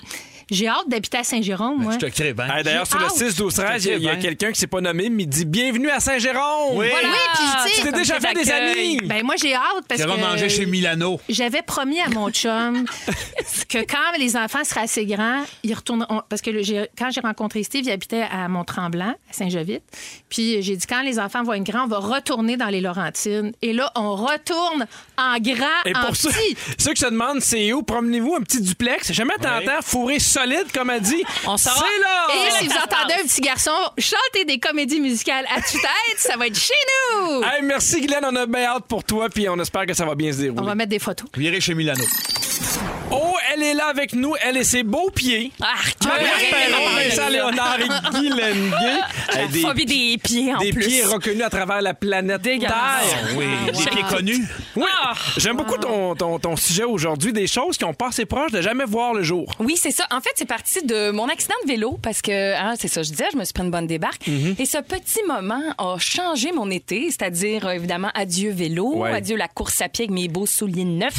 D: j'ai hâte d'habiter à Saint-Jérôme, moi.
A: Ben, Je te crée bien.
B: Ah, D'ailleurs, sur le
D: Ouch!
B: 6, 12, 13, il y a- il y a
A: Très bien.
B: quelqu'un qui s'est pas nommé, mais il dit Bienvenue à Saint-Jérôme.
A: Oui.
D: Oui, puis tu
B: Tu
D: sais.
B: t'es
C: Comme
B: déjà
C: ça
B: fait des
C: t'accueille.
B: amis.
D: Ben moi, j'ai hâte parce
A: J'ai
D: que.
A: remangé chez Milano.
D: J'avais promis à mon chum que quand les enfants seraient assez grands, ils retourneront. Parce que le- j'ai- quand j'ai rencontré Steve, il habitait à Mont-Tremblant, à Saint-Jovite. Puis j'ai dit, quand les enfants vont être grands, on va retourner dans les Laurentines. Et là, on retourne en grand,
B: Et
D: en
B: pour ceux,
D: petit.
B: ceux qui se demandent c'est où, promenez-vous un petit duplex. Jamais t'entends fourré solide, comme a dit.
C: On saura.
B: C'est là!
D: Et si
C: là que
D: vous
C: ça se
D: entendez
C: passe.
D: un petit garçon chanter des comédies musicales à tue-tête, ça va être chez nous!
B: Hey, merci, Glenn. On a bien hâte pour toi, puis on espère que ça va bien se
D: On
B: dérouler.
D: va mettre des photos.
A: Virez chez Milano.
B: Oh, elle est là avec nous. Elle et ses beaux pieds.
C: Ah,
B: Pierre Perron, Vincent Léonard et Guy Lenguet. Hey,
C: Des... Phobie des pieds en
B: des
C: plus.
B: pieds reconnus à travers la planète
C: Dégueulasse.
B: Terre.
A: Ah Oui, les pieds connus.
B: Oui. J'aime beaucoup ton, ton, ton sujet aujourd'hui, des choses qui ont passé proche de jamais voir le jour.
C: Oui, c'est ça. En fait, c'est parti de mon accident de vélo parce que, hein, c'est ça, je disais, je me suis pris une bonne débarque.
B: Mhm.
C: Et ce petit moment a changé mon été, c'est-à-dire, euh, évidemment, adieu vélo,
B: Ouais. Mhm.
C: adieu la course à pied avec mes beaux souliers neufs.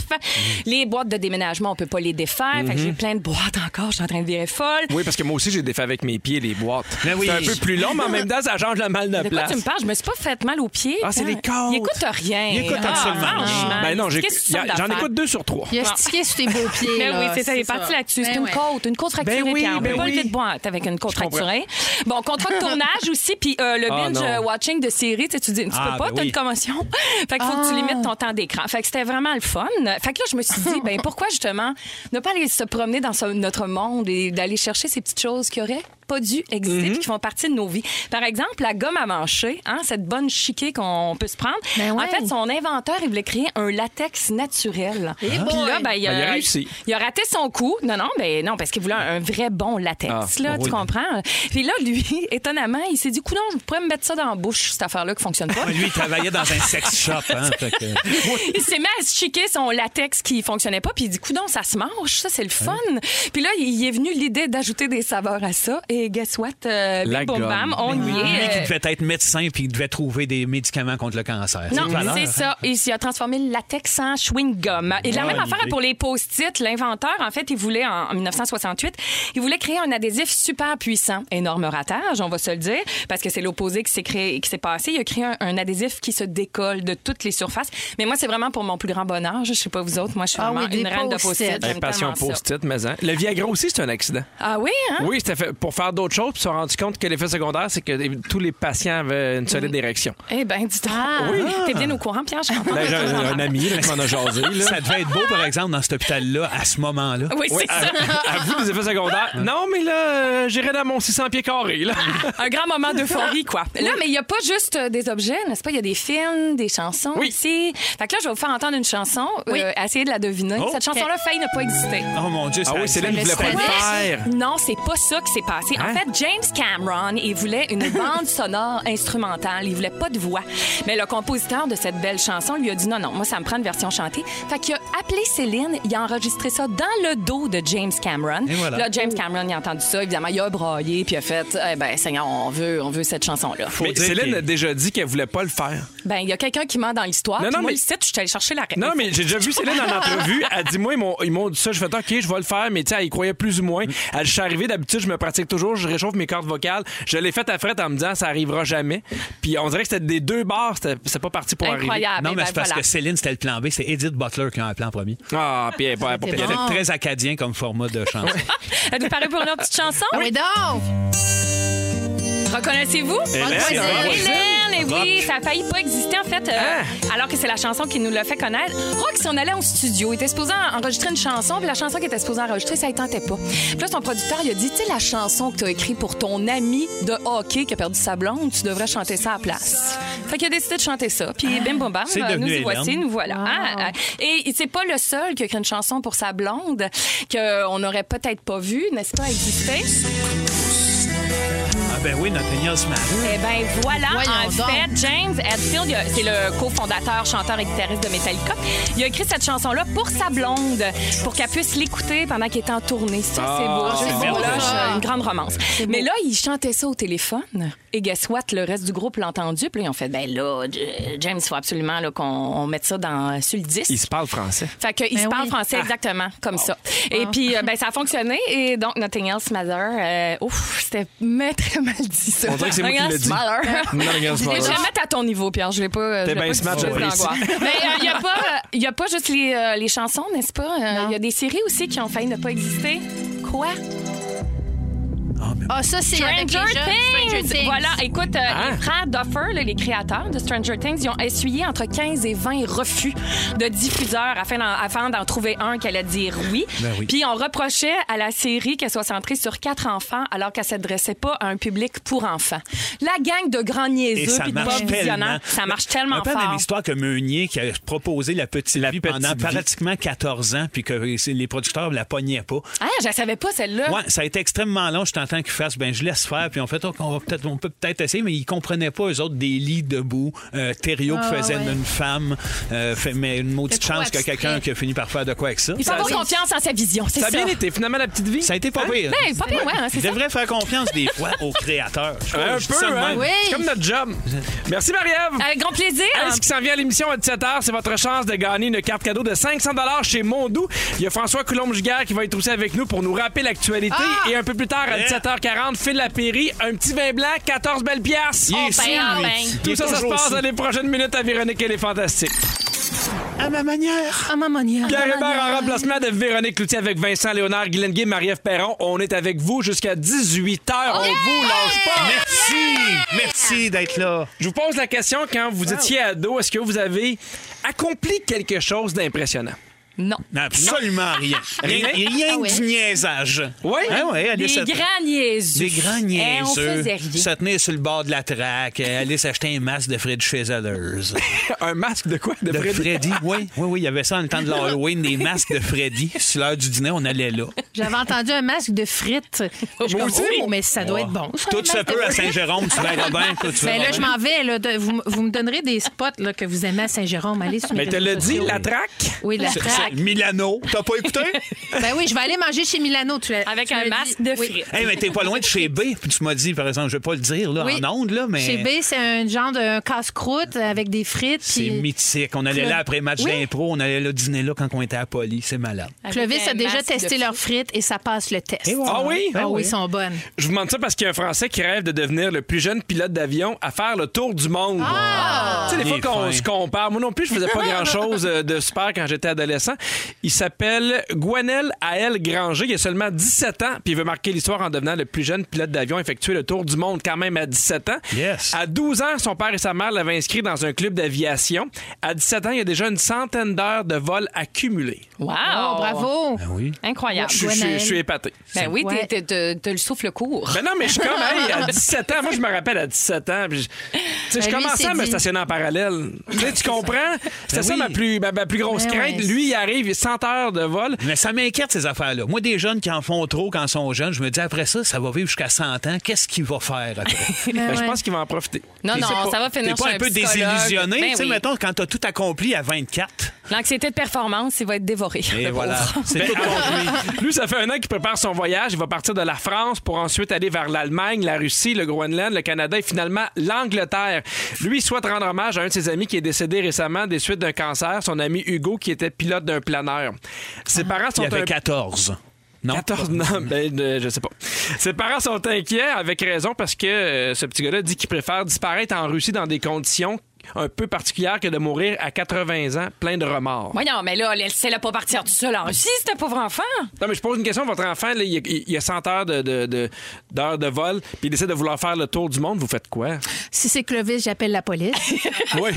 C: Les boîtes de déménagement, on peut pas les défaire. Fait que j'ai plein de boîtes encore, je suis en train de virer folle.
B: Oui, parce que moi aussi, j'ai défait avec mes pieds les boîtes.
A: Mais oui.
B: C'est un peu plus long, mais en même temps, ça change le mal de,
C: De quoi
B: place.
C: tu me parles? Je me suis pas fait mal aux pieds. Hein?
B: Ah, c'est les côtes.
C: Il écoute rien. Ah,
A: Il écoute absolument rien.
C: franchement.
B: Ben non, j'ai-
C: Qu'est-ce que tu
B: y a-
C: sens
B: j'en
C: d'affaires?
B: écoute deux sur trois.
D: Il a stické sur tes beaux pieds.
C: Ah. Ben
D: là.
C: oui, c'est ça, il est parti là-dessus. C'est
D: Ben
C: une
D: ouais.
C: côte, une côte fracturée.
B: Ben oui,
C: Pierre. on
B: ben
C: peut pas
B: oui.
C: lever de boîte avec une côte
B: Je comprends.
C: fracturée. Bon, contrat de tournage aussi, puis euh, le
B: Ah,
C: binge
B: non.
C: euh, watching de série, tu sais, tu dis, tu
A: Ah,
C: peux pas,
A: ben
C: t'as
A: oui.
C: une commotion. fait qu'il faut
D: Ah.
C: que tu limites ton temps d'écran. Fait que c'était vraiment le fun. Fait que là, je me suis dit, ben pourquoi justement ne pas aller se promener dans ce- notre monde et d'aller chercher ces petites choses qui auraient pas dû exister
B: Mm-hmm.
C: puis qui font partie de nos vies. Par exemple, la gomme à manger, hein, cette bonne chiquée qu'on peut se prendre.
D: Ben
C: En
D: ouais.
C: fait, son inventeur, il voulait créer un latex naturel.
D: Eh
C: Puis
D: boy.
C: là, ben, il, a,
B: Ben, il a réussi.
C: il a raté son coup. Non, non, ben non, parce qu'il voulait un un vrai bon latex,
B: Ah,
C: là,
B: oui.
C: tu comprends? Puis là, lui, étonnamment, il s'est dit, coudon, je pourrais me mettre ça dans la bouche, cette affaire-là qui fonctionne pas.
A: Lui, il travaillait dans un sex shop. Hein, fait que-
C: il s'est mis à se chiquer son latex qui fonctionnait pas, puis il dit, coudon, ça se mange, ça, c'est le fun. Puis là, il est venu l'idée d'ajouter des saveurs à ça, et guess what? Euh,
B: La
C: bim, boum,
B: gomme. Ah,
C: bam, on y
A: Lui
C: est.
A: qui
C: Euh,
A: devait être médecin puis il devait trouver des médicaments contre le cancer.
C: Non,
A: une valeur,
C: c'est
A: hein.
C: ça. Il s'y a transformé le latex en chewing-gum. Et la
B: Ah,
A: Bonne
C: même affaire
A: idée.
C: pour les post-it. L'inventeur, en fait, il voulait, en en 1968, il voulait créer un adhésif super puissant. Énorme ratage, on va se le dire, parce que c'est l'opposé qui s'est créé, qui s'est passé. Il a créé un, un adhésif qui se décolle de toutes les surfaces. Mais moi, c'est vraiment pour mon plus grand bonheur. Je sais pas vous autres. Moi, je suis
D: Ah
C: vraiment
D: oui, des
C: une reine de post-it.
D: post-it.
B: Hey,
C: J'aime
B: passion
C: tellement ça.
B: post-it, mais hein. Le Viagra aussi, c'est un accident.
C: Ah oui, hein?
B: Oui, c'était fait pour faire d'autres choses, puis ils se sont rendus compte que l'effet secondaire, c'est que tous les patients avaient une solide érection.
C: Eh ben, dis donc.
D: Oui.
C: T'es bien au courant, Pierre? je comprends.
B: Là, Ben, j'ai un, un ami là, qui m'en a jasé. là.
A: Ça devait être beau, par exemple, dans cet hôpital-là, à ce moment-là.
C: Oui,
B: Oui,
C: c'est ça. Ah.
B: à- à vous, les effets secondaires. Non, mais là, euh, j'irai dans mon 600 pieds carrés. Là.
C: un grand moment d'euphorie, quoi. Là, mais il n'y a pas juste euh, des objets, n'est-ce pas? Il y a des films, des chansons
B: Oui.
C: aussi. Fait que là, je vais vous faire entendre une chanson, euh,
D: Oui.
C: essayez de la deviner.
A: Oh.
C: Cette chanson-là, failli n'a pas existé.
A: Oh mon Dieu,
B: Ah oui, Céline voulait pas le faire.
C: Non, c'est pas ça qui s'est passé.
B: Hein?
C: En fait, James Cameron, il voulait une bande sonore instrumentale. Il voulait pas de voix. Mais le compositeur de cette belle chanson lui a dit non, non, moi, ça me prend une version chantée. Fait qu'il a appelé Céline, il a enregistré ça dans le dos de James Cameron.
A: Et voilà.
C: Là, James Cameron, il a entendu ça. Évidemment, il a braillé, puis il a fait eh ben, Seigneur, on veut, on veut cette chanson-là.
B: Mais
A: dire
B: Céline
A: qu'il-
B: a déjà dit qu'elle voulait pas le faire.
C: Ben, il y a quelqu'un qui ment dans l'histoire.
B: Non,
C: puis
B: non,
C: moi,
B: mais-
C: le site, je suis allée chercher la réponse.
B: Non, mais j'ai déjà vu Céline en entrevue. Elle dit, moi, ils m'ont- ils m'ont dit ça. Je fais, OK, je vais le faire. Mais tu sais, elle y croyait plus ou moins.
A: Mm.
B: Elle, je suis arrivé d'habitude, je me pratique toujours, je réchauffe mes cordes vocales. Je l'ai faite à fret en me disant, ça arrivera jamais. Puis on dirait que c'était des deux bars, c'était c'est pas parti pour arriver.
C: Incroyable.
A: Non,
C: Eh
A: mais
C: ben,
A: c'est parce
C: voilà.
A: que Céline, c'était le plan B. C'est Edith Butler qui a appelé en premier.
B: Ah, puis elle est pas pour
D: C'était
A: C'était
D: bon.
A: très acadien comme format de chanson.
C: Êtes-vous paré pour une autre petite chanson?
D: Oui, Ah donc!
C: Reconnaissez-vous?
B: Hélène,
D: Bonne
B: hein?
D: voisine.
C: Hélène, mais oui, ça a failli pas exister, en fait, euh,
A: Ah.
B: Hein?
C: alors que c'est la chanson qui nous l'a fait connaître. Rock, si on allait en studio, il était supposé en- enregistrer une chanson, puis la chanson qu'il était supposé enregistrer, ça ne tentait pas. Puis là, son producteur, il a dit, tu sais, la chanson que tu as écrite pour ton ami de hockey qui a perdu sa blonde, tu devrais chanter ça à la place. Fait qu'il a décidé de chanter ça, puis bim, bam, bam,
A: C'est
C: euh, nous
A: devenu
C: y voici,
A: Hélène.
C: nous voilà. Ah, ah. et c'est pas le seul qui a écrit une chanson pour sa blonde qu'on n'aurait peut-être pas vu, n'est-ce pas, exister.
A: Ah ben oui, Nathaniel se marie.
C: Eh ben voilà,
D: Voyons
C: en
D: donc.
C: fait, James Hetfield, il a- c'est le cofondateur, chanteur et guitariste de Metallica, il a écrit cette chanson-là pour sa blonde, pour qu'elle puisse l'écouter pendant qu'elle est en tournée. Ça,
B: Ah,
C: c'est beau.
D: c'est
C: C'est beau,
D: beau,
C: là,
D: ça.
C: c'est une grande romance. Mais là, il chantait ça au téléphone, et guess what, le reste du groupe l'a entendu, puis là, ils ont fait, ben là, J- James, il faut absolument là, qu'on on mette ça dans, sur le disque.
B: Il se parle français.
C: Fait qu'ils se
D: Ben
C: parlent
D: oui.
C: français exactement, comme ça. Et puis, euh, ben, ça a fonctionné. Et donc, Nothing Else Matter, euh, ouf, c'était mais très mal dit, ça.
B: On dirait que c'est moi qui
C: Nothing
B: l'ai
C: Else
B: dit.
C: Matter.
B: Non, regarde,
C: Je
B: c'est pas
C: vais
B: vrai.
C: mettre à ton niveau, Pierre. Je l'ai pas. euh,
B: T'es
C: je l'ai
B: bien
C: pas
B: smart,
C: dit,
B: Fabrice.
C: juste d'angoisse. Mais il n'y a, pas, euh, y a pas juste les, euh, les chansons, n'est-ce pas? Il y a des séries aussi qui ont failli ne pas exister. Quoi?
D: Ah, ça, c'est avec les
C: Stranger
D: jeunes.
C: Things.
D: Stranger Things.
C: Voilà, écoute, euh,
B: Ah.
C: les frères Duffer, là, les créateurs de Stranger Things, ils ont essuyé entre 15 et 20 refus de diffuseurs afin d'en, afin d'en trouver un qui allait dire oui.
A: Ben oui.
C: Puis on reprochait à la série qu'elle soit centrée sur quatre enfants alors qu'elle s'adressait pas à un public pour enfants. La gang de grands niaiseux
A: Et ça
C: puis de
A: marche
C: bas
A: tellement.
C: visionnaires, ça marche tellement
A: Un peu la
C: fort.
A: même histoire que Meunier qui a proposé la petite vie
B: Petite
A: pendant
B: Vie.
A: pratiquement 14 ans, puis que c'est- les producteurs ne la pognaient pas.
C: Ah, je la savais pas celle-là.
A: Ouais, ça a été extrêmement long. Je t'entends qu'ils fassent, ben je laisse faire. Puis en fait, on, va peut-être, on peut peut-être essayer, mais ils comprenaient pas eux autres des lits debout, euh, Thériault qui faisait
D: ouais.
A: une femme, euh, fait- mais une maudite
D: C'est trop
A: chance que
D: abstrait.
A: quelqu'un qui a fini par faire de quoi avec ça.
C: Il faut
A: Ça,
C: avoir confiance en sa vision, c'est
B: Ça
C: ça.
B: a bien été, finalement, la petite vie.
A: ça a été pas pire.
C: Ben, pas pire, ouais, hein, c'est
A: Ils
C: ça.
A: devraient faire confiance des fois aux créateurs. Je crois,
B: Un
A: je dis
B: peu,
A: ça de
B: hein?
A: même.
D: Oui.
B: C'est comme notre job. Merci, Marie-Ève.
C: Avec grand plaisir.
D: Ah,
B: Hey, ce qui s'en vient à l'émission à 17h, c'est votre chance de gagner une carte cadeau de 500 chez Mondou. Il y a François Coulombe-Giguère qui va être aussi avec nous pour nous rappeler l'actualité. Et un peu plus tard, à
A: Yeah.
B: 17h40, Phil Lapéry, un petit vin blanc, 14 belles piastres.
A: Il est
B: On
A: sous,
B: paye.
A: lui.
C: ben.
A: Il
B: Tout
A: est
B: ça, ça se
A: toujours
B: passe
A: sous.
B: dans les prochaines minutes à Véronique et les Fantastiques.
A: à ma manière.
D: Ah, maman, il y a-
B: Pierre Hébert en remplacement de Véronique Cloutier avec Vincent Léonard, Guylaine Gay, Marie-Ève Perron. On est avec vous jusqu'à 18h. On vous lâche pas.
A: Merci, merci d'être là.
B: Je vous pose la question, quand vous étiez ado, est-ce que vous avez accompli quelque chose d'impressionnant?
C: Non.
A: Absolument rien. Rien,
B: Rien?
A: rien
D: Ah ouais.
A: du niaisage.
B: Oui?
A: Hein, ouais, allez,
C: Des
A: ça-
C: grands niaiseux.
A: Des grands
C: Eh,
A: niaiseux.
C: on faisait rien.
A: Se tenir sur le bord de la traque, euh, aller s'acheter un masque de Fred Chazellers.
B: Un masque de quoi?
A: De Freddy, oui. Oui, oui, il y avait ça en le temps de l'Halloween, des masques de Freddy. Sur l'heure du dîner, on allait là.
D: J'avais entendu un masque de frites. Je suis comme,
B: aussi.
D: oh, mais ça doit être bon. ça, un
A: Tout se
D: masque de
A: peut à
D: frites.
A: Saint-Jérôme, tu vas à Robin, toi, tu vas
D: Ben là,
A: à
D: je
A: Robin.
D: m'en vais. là, de- vous, vous me donnerez des spots là, que vous aimez à Saint-Jérôme. Allez sur mes
B: Mais te
D: réseaux
B: le dit,
D: sociaux.
B: la traque?
D: Oui, la
A: C'est- c'est
D: traque.
A: Milano, t'as pas écouté?
D: Ben oui, je vais aller manger chez Milano. Tu l'as-
C: Avec
D: tu
C: un
D: l'as
C: masque
D: dit.
C: de
D: Oui.
C: frites.
A: Hey, mais t'es pas loin de chez B. Puis tu m'as dit, par exemple, je vais pas le dire là,
D: Oui.
A: en ondes, là, mais.
D: Chez B, c'est un genre de casse-croûte avec des frites.
A: C'est
D: puis-
A: mythique. On allait
D: Puis-
A: là après match
D: Oui.
A: d'impro, on allait là dîner là quand on était à Poly. C'est malade.
D: Clovis
C: Avec un
D: a déjà
C: masque
D: testé
C: de
D: leurs frites et ça passe le test.
A: Et voilà.
B: Ah oui?
D: Ah
A: Ben
D: oui,
A: oui.
D: ils sont bonnes.
B: Je vous demande ça parce qu'il y a un Français qui rêve de devenir le plus jeune pilote d'avion à faire le tour du monde. Tu sais, des
A: Il
B: fois
A: est
B: qu'on
A: fin.
B: se compare. Moi non plus, je faisais pas grand-chose euh, de super quand j'étais adolescent. Il s'appelle Gwenel Ael Granger. Il a seulement 17 ans, puis il veut marquer l'histoire en devenant le plus jeune pilote d'avion effectué le tour du monde quand même à 17 ans.
A: Yes.
B: À 12 ans, son père et sa mère l'avaient inscrit dans un club d'aviation. À 17 ans, il y a déjà une centaine d'heures de vol accumulées.
C: Wow!
D: Oh, bravo.
A: Ben Oui.
C: Incroyable.
B: Je, je- je- je suis épaté.
C: Ben oui,
D: Ouais.
C: t'es- t'es- t'as le souffle court.
B: Ben non, mais je suis comme, hey, à 17 ans, moi, je me rappelle à 17 ans, puis je, tu sais, je
D: Ben, lui,
B: commençais à
D: c'est
B: me
D: dit.
B: stationner en parallèle. Tu sais, tu comprends? C'était
A: Ben
B: ça
A: oui.
B: ma plus, ma, ma plus grosse
D: Ben
B: crainte.
D: ouais.
B: Lui, il arrive, 100 heures de vol.
A: Mais ça m'inquiète, ces affaires-là. Moi, des jeunes qui en font trop quand ils sont jeunes, je me dis, après ça, ça va vivre jusqu'à 100 ans. Qu'est-ce qu'il va faire après?
B: Ben,
D: Ben
B: Je
D: ouais.
B: pense qu'il va en profiter.
C: Non,
A: Je sais
C: non,
A: pas.
C: ça va finir
A: T'es pas
C: chez
A: un peu
C: psychologue.
A: désillusionné,
C: Ben
A: tu sais,
C: oui.
A: mettons, quand t'as tout accompli à 24.
C: L'anxiété de performance, il va être dévoré.
A: Et
C: Le
A: voilà.
C: pauvre. Ben,
A: C'est tout construit.
B: Lui, ça fait un an qu'il prépare son voyage. Il va partir de la France pour ensuite aller vers l'Allemagne, la Russie, le Groenland, le Canada et finalement l'Angleterre. Lui, il souhaite rendre hommage à un de ses amis qui est décédé récemment des suites d'un cancer, son ami Hugo, qui était pilote d'un planeur. Ses parents sont
A: Il y
B: un
A: avait 14. Non?
B: 14 ans, ben, euh, je sais pas. Ses parents sont inquiets, avec raison, parce que euh, ce petit gars-là dit qu'il préfère disparaître en Russie dans des conditions un peu particulière que de mourir à 80 ans plein de remords.
C: Voyons, mais là, laissez-la pas partir tout seul en Russie, ce pauvre enfant.
B: Non, mais je pose une question. Votre enfant, là, il, y a, il y a 100 heures de, de, de- d'heures de vol, puis il décide de vouloir faire le tour du monde. Vous faites quoi?
D: Si c'est Clovis, j'appelle la police.
B: Oui.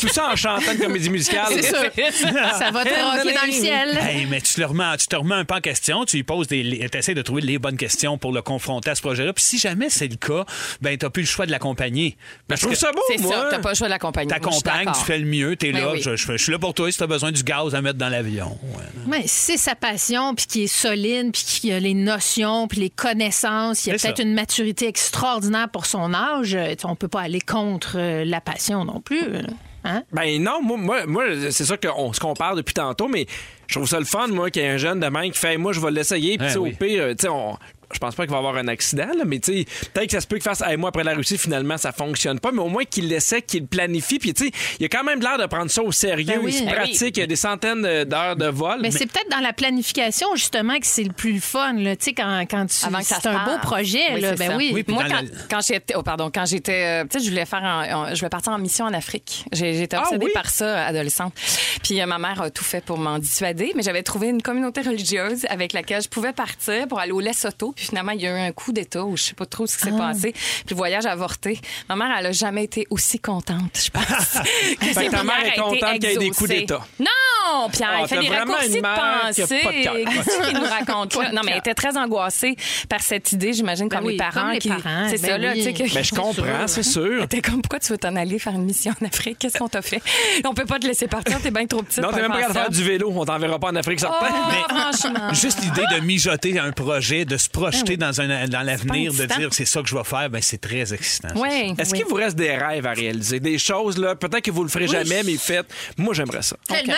B: Tout ça en chantant une comédie musicale.
D: C'est sûr. Ça va te rocker dans le ciel.
A: Hey, mais tu, le remets, tu te remets un peu en question, tu lui poses des. essaies de trouver les bonnes questions pour le confronter à ce projet-là. Puis si jamais c'est le cas, ben t'as plus le choix de l'accompagner.
B: Ben, je trouve
A: que
B: ça beau,
C: C'est
B: moi.
C: ça, t'as pas le choix de l'accompagner.
A: T'accompagnes, tu fais le mieux, t'es
C: Ben
A: là.
C: oui.
A: Je, je- je suis là pour toi si t'as besoin du gaz à mettre dans l'avion. Ouais.
D: Ouais, si c'est sa passion, puis qui est solide, puis qui a les notions, puis les connaissances, il y a
A: C'est
D: peut-être
A: ça.
D: une maturité extraordinaire pour son âge. euh, On peut pas aller contre euh, la passion non plus. là. Hein?
B: Ben non, moi, moi, moi, c'est sûr qu'on se compare depuis tantôt, mais je trouve ça le fun, moi, qu'il y ait un jeune de même qui fait Moi, je vais l'essayer, puis
A: Ouais,
B: tu sais, au
A: oui.
B: pire, euh, tu sais, on- Je pense pas qu'il va avoir un accident, là, mais tu sais, peut-être que ça se peut qu'il fasse Hey, moi après la Russie, finalement, ça fonctionne pas, mais au moins qu'il l'essaie, qu'il le planifie. Puis tu sais, il a quand même l'air de prendre ça au sérieux.
D: Ben oui.
B: Il se
D: Ben oui.
B: pratique, il y a des centaines de- d'heures de vol.
D: Mais, c'est peut-être dans la planification, justement, que c'est le plus fun. Là. Tu sais, quand, quand tu-
C: Avant que ça
D: c'est un
C: se
D: beau
C: parle.
D: projet.
C: Oui,
D: là,
C: c'est
D: ben
C: ça.
D: oui.
A: Oui, puis
C: Moi,
A: dans
C: quand,
A: la-
C: quand j'étais. Oh, pardon. Quand j'étais. euh, tu sais, je voulais faire. un- un- je voulais partir en mission en Afrique. J'ai- J'étais
B: Ah
C: obsédée
B: oui?
C: par ça, adolescente. Puis euh, ma mère a tout fait pour m'en dissuader, mais j'avais trouvé une communauté religieuse avec laquelle je pouvais partir pour aller au Lesotho. Puis finalement, il y a eu un coup d'État où je sais pas trop ce qui s'est passé. Puis le voyage avorté. Ma mère, elle a jamais été aussi contente, je pense. que
B: Fait que ta mère est contente qu'il y ait des coups d'État.
C: Non, Pierre,
B: Ah,
C: il fait
B: t'as
C: des
B: vraiment
C: raccourcis
B: une
C: de
B: mère qui a
C: pensée.
B: pas de cœur.
C: Qu'est-ce qu'il nous raconte là? Non, mais elle était très angoissée par cette idée, j'imagine,
D: Ben
C: comme
D: oui,
C: les parents.
D: comme les
C: qui-
D: parents,
C: C'est
D: ben
C: ça, là.
D: oui.
C: tu sais, que-
B: Mais je
D: hein.
B: comprends, c'est sûr.
C: T'es comme, pourquoi tu veux t'en aller faire une mission en Afrique? Qu'est-ce qu'on t'a fait? On peut pas te laisser partir, t'es bien trop petite.
B: Non,
C: pour
B: t'es même pas capable de
C: ça.
B: faire du vélo, on t'enverra pas en Afrique
C: Oh,
B: certain.
C: franchement.
A: Juste l'idée de mijoter un projet, de se projeter dans, un, dans l'avenir, de
C: excitant.
A: dire c'est ça que je vais faire, ben c'est très excitant. ça.
C: Oui.
B: Est-ce
C: oui.
B: qu'il vous reste des rêves à réaliser? Des choses, là, peut-être que vous le ferez jamais, mais faites. Moi, j'aimerais ça.
D: Tellement!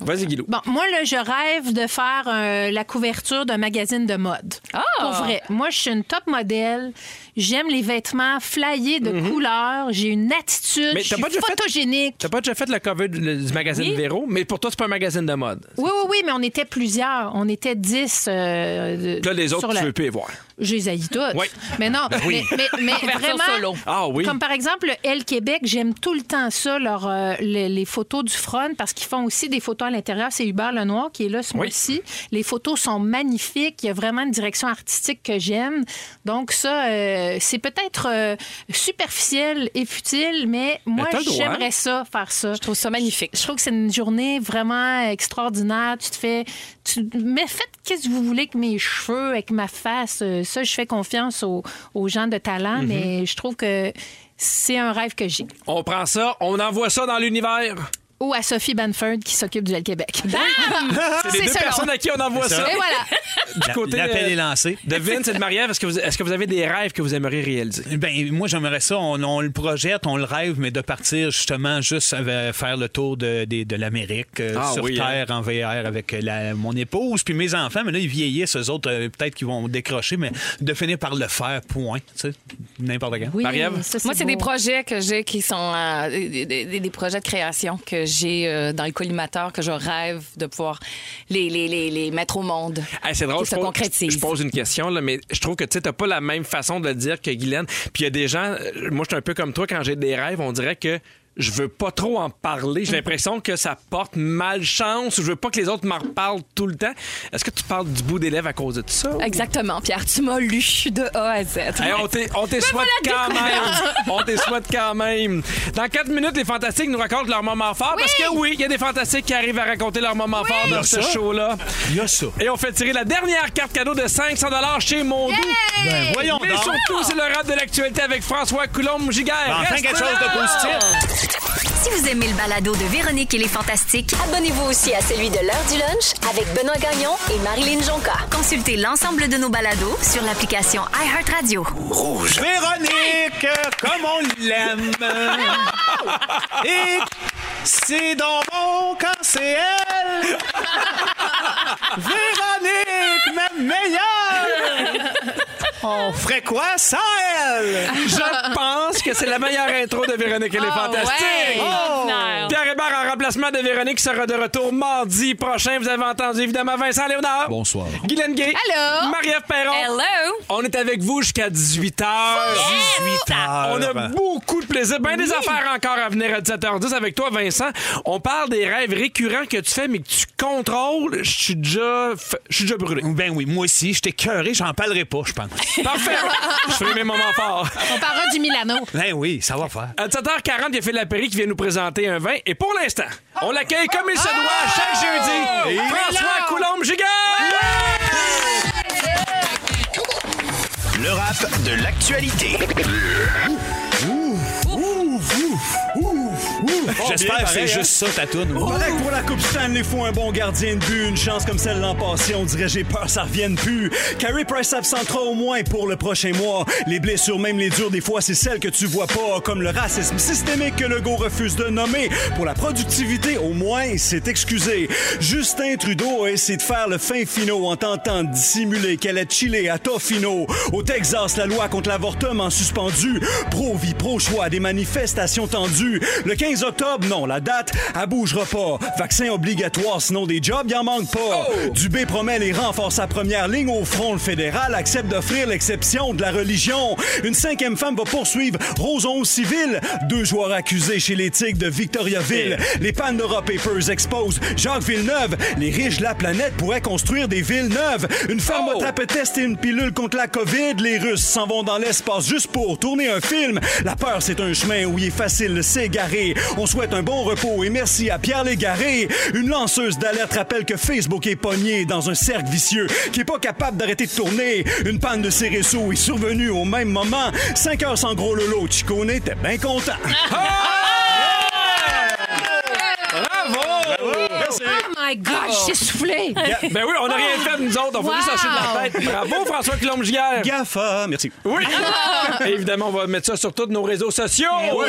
B: Vas-y, Guilou.
D: Bon, moi, là, je rêve de faire euh, la couverture d'un magazine de mode.
C: Ah!
D: Pour vrai. Moi, je suis une top modèle. J'aime les vêtements flyés de couleurs. J'ai une attitude.
B: Mm-hmm. Mais
D: je
B: t'as
D: suis
B: pas déjà fait-
D: photogénique.
B: T'as pas déjà fait le cover du, du magazine Véro, mais pour toi, c'est pas un magazine de mode.
D: Oui, oui, oui, mais on était plusieurs. On était dix. euh, de-
B: Là, les autres,
D: sur
B: tu
D: la-
B: veux plus les voir.
D: Je les haïs toutes.
B: Oui.
D: Mais non, mais, mais- mais
C: Version
D: vraiment.
C: solo.
B: Ah oui.
D: Comme par exemple, le L Québec, j'aime tout le temps ça, leur, euh, les, les photos du front, parce qu'ils font aussi des photos à l'intérieur. C'est Hubert Lenoir qui est là ce
B: Oui.
D: mois-ci. Les photos sont magnifiques. Il y a vraiment une direction artistique que j'aime. Donc, ça, euh, c'est peut-être euh, superficiel et futile, mais moi,
B: Ben, t'as le droit.
D: j'aimerais ça, faire ça.
C: Je trouve ça magnifique.
D: Je trouve que c'est une journée vraiment extraordinaire. Tu te fais. Tu, mais faites qu'est-ce que vous voulez avec mes cheveux, avec ma face. Euh, Ça, je fais confiance aux, aux gens de talent,
B: Mhm.
D: mais je trouve que c'est un rêve que j'ai.
B: On prend ça, on envoie ça dans l'univers.
D: Ou à Sophie Banford qui s'occupe du Hall Québec.
B: C'est les deux
D: selon.
B: personnes à qui on envoie
A: C'est
B: ça.
A: ça.
D: Et voilà.
A: La-
B: côté,
A: L'appel
B: euh,
A: est lancé.
B: De Vince et de Marie-Ève, est-ce que, vous- est-ce que vous avez des rêves que vous aimeriez réaliser?
A: Ben, moi, j'aimerais ça. On, on le projette, on le rêve, mais de partir justement juste avec- faire le tour de, de, de l'Amérique euh,
B: Ah
A: sur
B: oui, hein.
A: Terre en VR avec euh, la- mon épouse, puis mes enfants. Mais là, ils vieillissent, eux autres, euh, peut-être qu'ils vont décrocher, mais de finir par le faire, point. Tu sais, n'importe quand.
D: Oui,
B: Marie-Ève?
D: ça,
C: Moi, c'est des
D: beau.
C: projets que j'ai qui sont euh, des, des- des projets de création que j'ai euh, dans le collimateur que je rêve de pouvoir les, les, les, les mettre au monde.
B: Hey, c'est drôle,
C: Qui
B: je
C: se
B: pose,
C: concrétise.
B: je pose une question, là, mais je trouve que tu sais, t'as pas la même façon de le dire que Guylaine. Puis il y a des gens, euh, moi je suis un peu comme toi, quand j'ai des rêves, on dirait que je veux pas trop en parler. J'ai l'impression que ça porte malchance ou je veux pas que les autres m'en reparlent tout le temps. Est-ce que tu parles du bout des lèvres à cause de tout ça? ou-
C: Exactement, Pierre, tu m'as lu de A à Z.
B: Hey, on t'es- on t'es souhaite quand même. On t'es souhaite quand même. Dans 4 minutes, les Fantastiques nous racontent leur moment fort. Parce que oui, il y a des Fantastiques qui arrivent à raconter leur moment fort dans ce
A: Ça.
B: show-là.
A: Il y a ça.
B: Et on fait tirer la dernière carte cadeau de 500 chez Mondou.
A: Ben, voyons
B: Mais
A: donc.
B: surtout, c'est le rap de l'actualité avec François Coulombe-Giguère.
A: Enfin,
B: Reste
A: quelque chose
B: là.
A: de positif.
F: Si vous aimez le balado de Véronique et les Fantastiques,
G: Abonnez-vous aussi à celui de l'heure du lunch avec Benoît Gagnon et Marilyn Jonca.
F: consultez l'ensemble de nos balados sur l'application iHeartRadio.
H: Rouge.
A: Véronique, comme on l'aime. Et c'est donc bon quand c'est elle. Véronique, ma meilleure.
B: On ferait quoi sans elle? Je pense que c'est la meilleure intro de Véronique. Elle est
C: Oh,
B: fantastique.
C: ouais.
B: Oh!
C: Extraordinaire.
B: Pierre Hébert en remplacement de Véronique sera de retour mardi prochain. Vous avez entendu évidemment Vincent Léonard.
A: Bonsoir.
B: Guylaine Gay.
C: Allô.
B: Marie-Ève Perron.
C: Hello!
B: On est avec vous jusqu'à 18h.
A: 18 heures.
B: On a beaucoup de plaisir. Ben des affaires encore à venir à 17h10 avec toi, Vincent. On parle des rêves récurrents que tu fais, mais que tu contrôles. Je suis déjà, f- je suis déjà brûlé.
A: Ben oui, moi aussi, j'étais cœuré, j'en parlerai pas, je pense.
B: Parfait. je fais mes moments forts.
D: On parlera du Milano.
B: Oh
A: Ben oui, ça va faire.
B: À 17h40, il y a Phil Lapéry qui vient nous présenter un vin. Et pour l'instant, on l'accueille comme il se doit chaque jeudi. François Coulombe-Giga!
H: Le rap de l'actualité.
A: J'espère que c'est juste ça, ta toune.
I: Correct pour la Coupe Stanley, faut un bon gardien de but. Une chance comme celle l'an passé, on dirait j'ai peur, ça revienne plus. Carey Price s'absentera au moins pour le prochain mois. Les blessures, même les dures, des fois, c'est celles que tu vois pas, comme le racisme systémique que Legault refuse de nommer. Pour la productivité, au moins, c'est excusé. Justin Trudeau a essayé de faire le fin finot en tentant de dissimuler qu'elle est chillée à Tofino. Au Texas, la loi contre l'avortement suspendue. Pro-vie, pro-choix, des manifestations tendues. Le 15 octobre, non, la date, elle bougera pas. Vaccin obligatoire, sinon des jobs, il en manque pas. Dubé promet les renforts sa première ligne au front. Le fédéral accepte d'offrir l'exception de la religion. Une cinquième femme va poursuivre Roson au civil. Deux joueurs accusés chez les Tigres de Victoriaville. Les Pandora Papers exposent Jacques Villeneuve. Les riches de la planète pourraient construire des villes neuves. Une ferme
B: Oh!
I: tape tester une pilule contre la COVID. Les Russes s'en vont dans l'espace juste pour tourner un film. La peur, c'est un chemin où il est facile de s'égarer. On souhaite un bon repos et merci à Pierre Légaré. Une lanceuse d'alerte rappelle que Facebook est pogné dans un cercle vicieux qui est pas capable d'arrêter de tourner. Une panne de ses réseaux est survenue au même moment. Cinq heures sans gros lolo, Chico était bien content.
J: Ah.
D: Oh my gosh, j'ai soufflé.
B: Ben oui, on n'a rien fait, nous autres. On faut juste
D: Wow.
B: lâcher de la tête. Bravo, François Coulombe-Giga!
I: Gaffa, merci.
B: Oui! Évidemment, on va mettre ça sur tous nos réseaux sociaux.
A: Eh
D: Oui.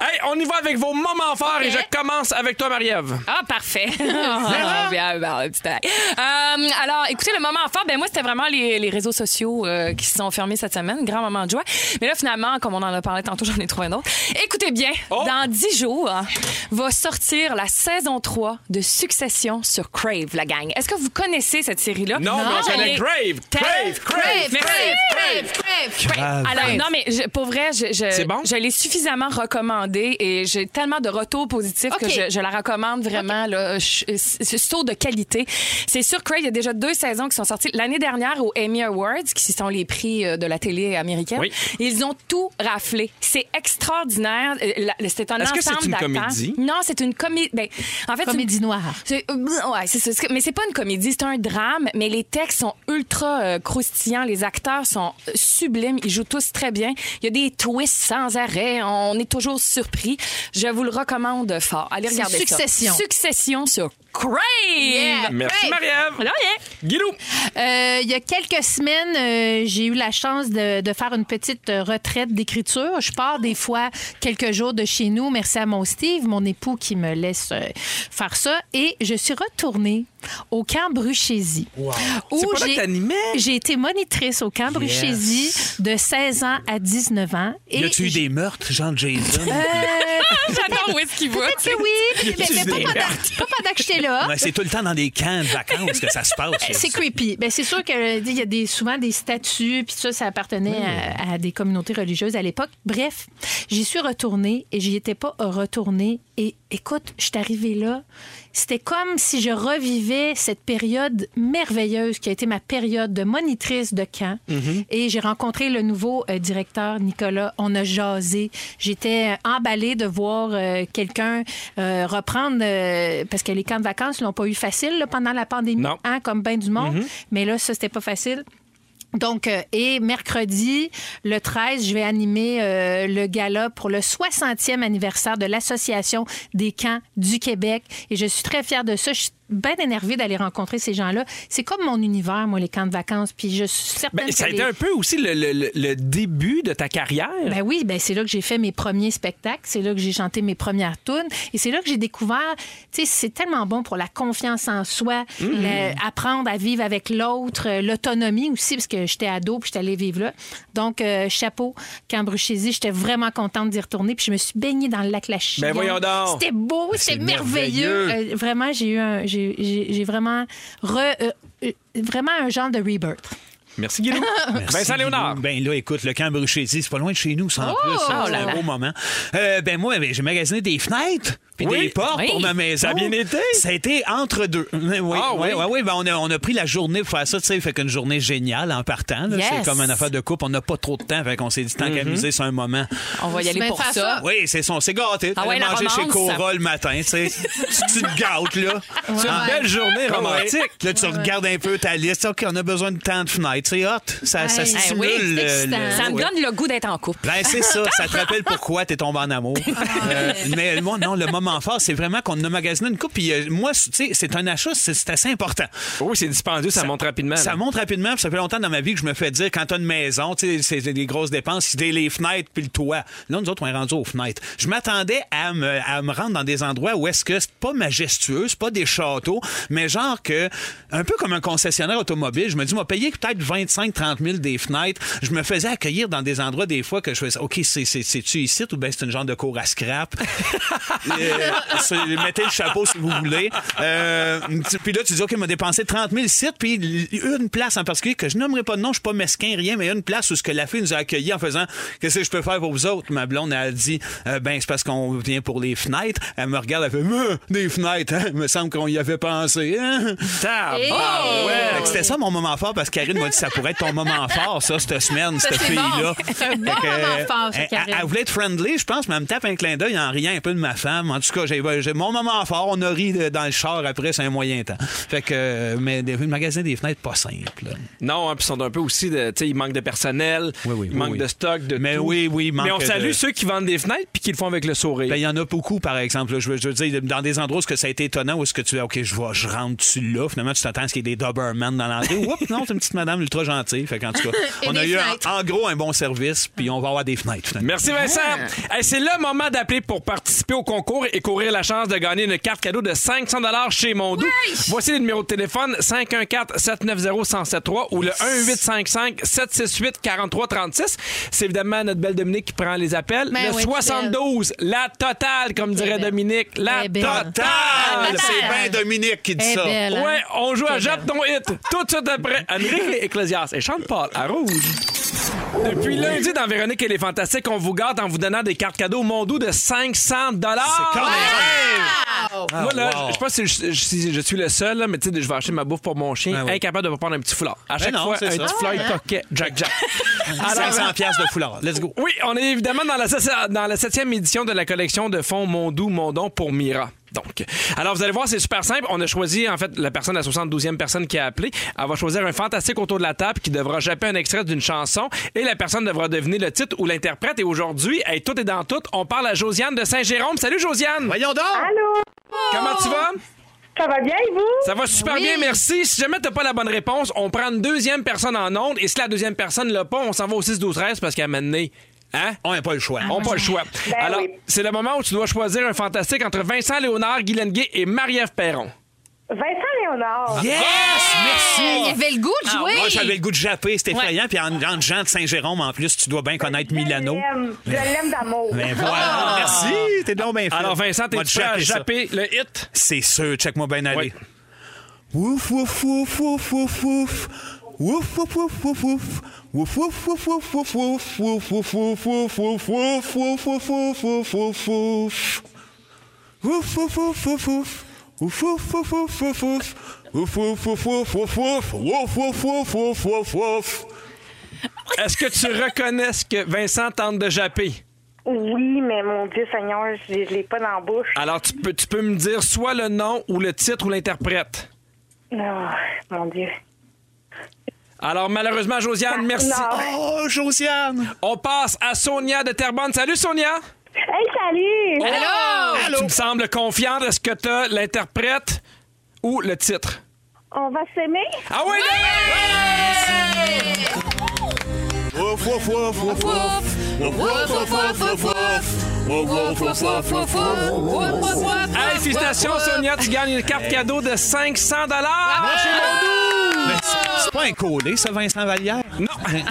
B: Hey, on y va avec vos moments forts et je commence avec toi, Marie-Ève.
C: Ah, parfait. Ah, bien, ben, un petit tac. Euh, alors, écoutez, le moment fort, ben moi, c'était vraiment les, les réseaux sociaux euh, qui se sont fermés cette semaine. Grand moment de joie. Mais là, finalement, comme on en a parlé tantôt, j'en ai trouvé un autre. Écoutez bien,
B: Oh!
C: dans dix jours, hein, va sortir la saison 3 de Succession sur Crave, la gang. Est-ce que vous connaissez cette série-là?
B: Non, mais on connaît
C: Elle est
B: Crave, Crave, Crave,
C: Merci.
B: Crave,
A: Grave.
C: Alors, non, mais je- pour vrai, je, je,
B: C'est bon?
C: je l'ai suffisamment recommandé et j'ai tellement de retours positifs
D: OK.
C: que je, je la recommande vraiment. là. euh, Je- C'est saut de qualité. C'est sûr, Craig, il y a déjà deux saisons qui sont sorties. L'année dernière, aux Emmy Awards, qui sont les prix euh, de la télé américaine,
B: Oui.
C: ils ont tout raflé. C'est extraordinaire. Euh, la- C'est un
B: Est-ce que c'est
C: ensemble
B: une
C: d'acteurs.
B: comédie?
C: Non, c'est une comédie. Ben, en fait, c'est une-
D: Comédie noire.
C: c'est- euh, ouais, c'est ça. Mais c'est pas une comédie, c'est un drame, mais les textes sont ultra euh, croustillants, les acteurs sont euh, sublimes, ils jouent tous très bien. Il y a des twists sans arrêt, on est toujours surpris. Je vous le recommande fort. Allez
D: C'est
C: regarder
D: Succession.
C: ça. Succession sur Crave.
D: Yeah.
B: Merci,
D: Crave.
B: Marie-Ève.
C: Alors, yeah.
B: Guilou,
D: Euh, il y a quelques semaines, euh, j'ai eu la chance de, de faire une petite euh, retraite d'écriture. Je pars des fois quelques jours de chez nous. Merci à mon Steve, mon époux, qui me laisse euh, faire ça. Et je suis retournée au camp Bruchésie. où
B: C'est pas là que
D: j'ai-
B: t'animais?
D: J'ai été monitrice au camp Bruchésie de 16 ans à 19 ans. Et Euh,
A: Y a-tu eu des meurtres, Jean Jason?
C: J'adore où est-ce qu'il va.
D: Peut-être que oui, mais, mais
A: des
D: pas, pendant, pas pendant que j'étais là.
A: Ouais, c'est tout le temps dans des camps de vacances que ça se passe.
D: C'est creepy. Ben, c'est sûr qu'il y a des, souvent des statues, puis ça, ça appartenait à, à des communautés religieuses à l'époque. Bref, j'y suis retournée et j'y étais pas retournée. Et écoute, je suis arrivée là. C'était comme si je revivais cette période merveilleuse qui a été ma période de monitrice de camp. Et j'ai rencontré le nouveau euh, directeur, Nicolas. On a jasé. J'étais euh, emballée de voir euh, quelqu'un euh, reprendre, euh, parce que les camps de vacances l'ont pas eu facile là, pendant la pandémie
B: Non.
D: hein, comme bien du monde.
B: Mm-hmm.
D: Mais là, ça, c'était pas facile. Donc, euh, et mercredi, le 13, je vais animer euh, le gala pour le 60e anniversaire de l'Association des camps du Québec. Et je suis très fière de ça. Je suis bien énervée d'aller rencontrer ces gens-là. C'est comme mon univers, moi, les camps de vacances. Puis je suis certaine
B: Ben, ça a
D: que
B: été
D: les-
B: un peu aussi le, le- le- le début de ta carrière.
D: Ben oui, ben c'est là que j'ai fait mes premiers spectacles, c'est là que j'ai chanté mes premières tunes et c'est là que j'ai découvert, tu sais, c'est tellement bon pour la confiance en soi, le- apprendre à vivre avec l'autre, euh, l'autonomie aussi parce que j'étais ado puis j'étais allée vivre là. Donc euh, chapeau, quand Bruchésie, j'étais vraiment contente d'y retourner puis je me suis baignée dans le lac La Chienne.
B: Ben voyons donc!
D: C'était beau, c'était
A: c'est
D: merveilleux.
A: merveilleux.
D: Euh, vraiment, j'ai eu un j'ai- j'ai j'ai vraiment re- euh, euh, vraiment un genre de rebirth.
B: Merci, Guilou.
A: Merci,
B: Vincent
A: Guilou.
B: Léonard.
A: Ben là, écoute, le camp Bruchési, c'est pas loin de chez nous, sans plus. hein, C'est
D: Oh, là
A: un
D: là.
A: beau moment. Euh, ben moi, ben, j'ai magasiné des fenêtres puis
B: Oui.
A: des portes
C: Oui.
A: pour ma maison.
B: Ça a bien été.
A: Ça a été entre deux. Mais Oui,
B: Ah,
A: oui,
B: oui.
A: oui, oui, ben, on, a, on a pris la journée pour faire ça. Tu sais, fait qu'une journée géniale en partant. là.
C: Yes.
A: C'est comme une affaire de couple. On n'a pas trop de temps. Fait qu'on s'est dit tant
B: Mm-hmm.
A: qu'à amuser, c'est un moment.
C: On va y aller
D: Mais
C: pour
D: Ben, faire
C: ça.
D: ça.
A: Oui, c'est son. C'est gâté.
C: Ah ouais,
A: T'allais
C: la
A: manger chez
C: romance.
A: Cora le matin. tu sais. tu tu te gâtes, là.
B: C'est une
D: Ouais.
B: belle journée
A: Ouais.
B: romantique.
A: Là, tu regardes un peu ta liste. OK, on a besoin de tant de fenêtres. C'est hot. Ça, ça
D: Hey.
C: Eh
A: stimule
C: oui, c'est
A: le-
D: excitant.
A: le-
C: Ça me
A: Ouais.
C: donne le goût d'être en couple.
A: Ben, c'est ça. Ça te rappelle pourquoi t'es tombé en amour. Euh, mais moi, non, le moment fort, c'est vraiment qu'on a magasiné une coupe. Puis euh, moi, tu sais, c'est un achat, c'est c'est assez important.
B: Oh, c'est dispendieux, ça, monte rapidement.
A: Ça
B: là.
A: monte rapidement. puis Ça fait longtemps dans ma vie que je me fais dire quand t'as une maison, tu sais, c'est c'est des grosses dépenses, c'est les fenêtres puis le toit. Là, nous autres, on est rendus aux fenêtres. Je m'attendais à me, à me rendre dans des endroits où est-ce que c'est pas majestueux, c'est pas des châteaux, mais genre que, un peu comme un concessionnaire automobile, je me dis, m'a payé peut-être 25-30 000 des fenêtres. Je me faisais accueillir dans des endroits des fois que je faisais, OK, c'est- c'est- c'est-tu ici ou bien c'est une genre de cour à scrap? Euh, c'est- mettez le chapeau si vous voulez. Euh, tu- puis là, tu dis, OK, il m'a dépensé 30 000 sites, puis l- une place en particulier, que je nommerai pas de nom, je suis pas mesquin, rien, mais une place où ce que la fille nous a accueillis en faisant, qu'est-ce que je peux faire pour vous autres? Ma blonde, elle a dit, Euh, ben, c'est parce qu'on vient pour les fenêtres. Elle me regarde, elle fait, Meuh, des fenêtres, hein? me semble qu'on y avait pensé. hein?
B: Tabarouette.
A: Fait que C'était ça mon moment fort parce que Karine m'a dit ça pourrait être ton moment fort, ça, cette semaine, cette
D: c'est bon.
A: fille-là.
D: C'est un bon
A: Fait que, euh,
D: moment fort, ça,
A: elle-
D: Karine.
A: Elle, elle voulait être friendly, je pense, mais elle me tape un clin d'œil en riant un peu de ma femme. En tout cas, j'ai j'ai- mon moment fort. On a ri de- dans le char après, c'est un moyen temps. Fait que, euh, mais des- le magasin des fenêtres, pas simple.
B: Non, hein, puis ils sont un peu aussi de. Tu sais, il manque de personnel,
A: Oui, oui,
B: il
A: oui,
B: manque
A: oui.
B: de stock, de
A: Mais
B: tout.
A: oui, oui, il
B: Mais on
A: manque
B: salue
A: de-
B: ceux qui vendent des fenêtres puis qui le font avec le sourire.
A: Ben, Il y en a beaucoup, par exemple. là. Je veux, je veux dire, dans des endroits où ce que ça a été étonnant, où est-ce que tu OK, je vois, je rentre tu là. Finalement, tu t'attends à ce qu'il y ait des Doberman dans l'entrée. Oups, non, c'est une petite madame ultra gentille. Fait qu'en tout cas,
D: Et
A: on
D: des
A: a eu
D: fenêtres.
A: en, en gros un bon service, puis on va avoir des fenêtres. finalement.
B: Merci Vincent. Hey, c'est le moment d'appeler pour participer au concours et courir la chance de gagner une carte cadeau de 500 dollars chez Mondou. Voici les numéros de téléphone 514 790 1073 ou le 1855 768 4336. C'est évidemment notre belle Dominique qui prend les appels.
D: Ben
B: le
D: oui,
B: 72, la totale comme dirait
D: belle.
B: Dominique, la
D: Très belle.
B: totale.
D: Ah,
A: Total!
D: Total!
A: C'est bien Dominique qui dit
D: Eh
A: ça.
D: belle, hein?
B: Ouais, oh. on joue à
D: Très
B: Jap ton hit tout de suite après. Enrique Ecclesias et Sean Paul à rouge. Depuis lundi dans Véronique et les Fantastiques, on vous garde en vous donnant des cartes cadeaux mondou de 500 dollars.
A: Quand Ah,
B: Moi là,
A: wow.
B: je- je sais pas si je, si je suis le seul, là, mais tu sais, je vais acheter ma bouffe pour mon chien,
A: Ben oui. Ben
B: incapable de me prendre un petit foulard. À chaque
A: non,
B: fois,
A: c'est
B: un
A: ça.
B: petit foulard il coquet, Jack Jack.
A: même, 500 pièces de foulard. Let's go.
B: Oui, on est évidemment dans la, sept- dans la septième édition de la collection de fonds Mondou Mondon pour Mira. Donc, alors vous allez voir, c'est super simple. On a choisi, en fait, la personne, la 72e personne qui a appelé. Elle va choisir un fantastique autour de la table qui devra japper un extrait d'une chanson et la personne devra deviner le titre ou l'interprète. Et aujourd'hui, hey, tout est dans tout. On parle à Josiane de Saint-Jérôme. Salut Josiane!
A: Voyons donc.
B: Comment tu vas?
K: Ça va bien, et vous?
B: Ça va super
D: Oui.
B: bien, merci. Si jamais t'as pas la bonne réponse, on prend une deuxième personne en onde. Et si la deuxième personne l'a pas, on s'en va au 6-12-13 parce qu'à un moment donné, hein?
A: On n'a pas le
D: Ah,
A: choix.
B: On n'a pas le choix.
K: Ben
B: Alors,
K: oui.
B: c'est le moment où tu dois choisir un fantastique entre Vincent Léonard, Guy Lenguet et Marie-Ève Perron.
K: Vincent
B: Ah,
K: Léonard.
A: Yes,
D: Hey, Il y
A: merci.
D: avait le goût
C: Ah,
D: de jouer.
A: Moi, Ah j'avais le goût de japper, c'était effrayant. Puis en, en gens de Saint-Jérôme, en plus, tu dois bien connaître Milano.
K: Je l'aime. Je l'aime d'amour.
A: Ben voilà. Merci. T'es donc bien fait.
B: Alors, Vincent,
A: Moi, de
B: t'es-tu prêt à
A: japper ça.
B: japper le hit?
A: C'est sûr, check-moi bien aller.
B: Oui.
A: Wouf, wouf, wouf, wouf, wouf, wouf. Wouf, wouf, wouf, wouf, wouf. Wouf, wouf, wouf, wouf, wouf, wouf. Wouf, wouf, wouf, wouf, wouf, wouf, wouf, wouf, wouf, wouf, wouf, wouf. Wouf, wouf, wouf, wouf, wouf. Wouf, wouf, wouf, wouf, wouf, wouf. Wouf, wouf, wouf, wouf, wouf, wouf. Wouf, wouf, wouf, wouf, wouf, wouf.
B: Est-ce que tu reconnais ce que Vincent tente de japper?
K: Oui, mais mon Dieu Seigneur, je l'ai je l'ai pas dans la bouche.
B: Alors, tu peux, tu peux me dire soit le nom ou le titre ou l'interprète.
K: Non, mon Dieu.
B: Alors, malheureusement,
L: Ah,
B: Josiane, merci.
K: Ah, Non.
A: Oh, Josiane!
B: On passe à Sonia de Terrebonne. Salut, Sonia!
K: Hey, salut!
B: Allô! Tu me sembles confiante. Est-ce que tu l'interprète ou le titre?
K: On va s'aimer?
B: Ah oui!
I: Ouf, ouf, ouf, ouf.
B: Hey, félicitations, Sonia, tu gagnes une carte cadeau de 500
A: Mais Ben, c'est- C'est pas un collé, ça, Vincent Vallière?
B: Non. Hey,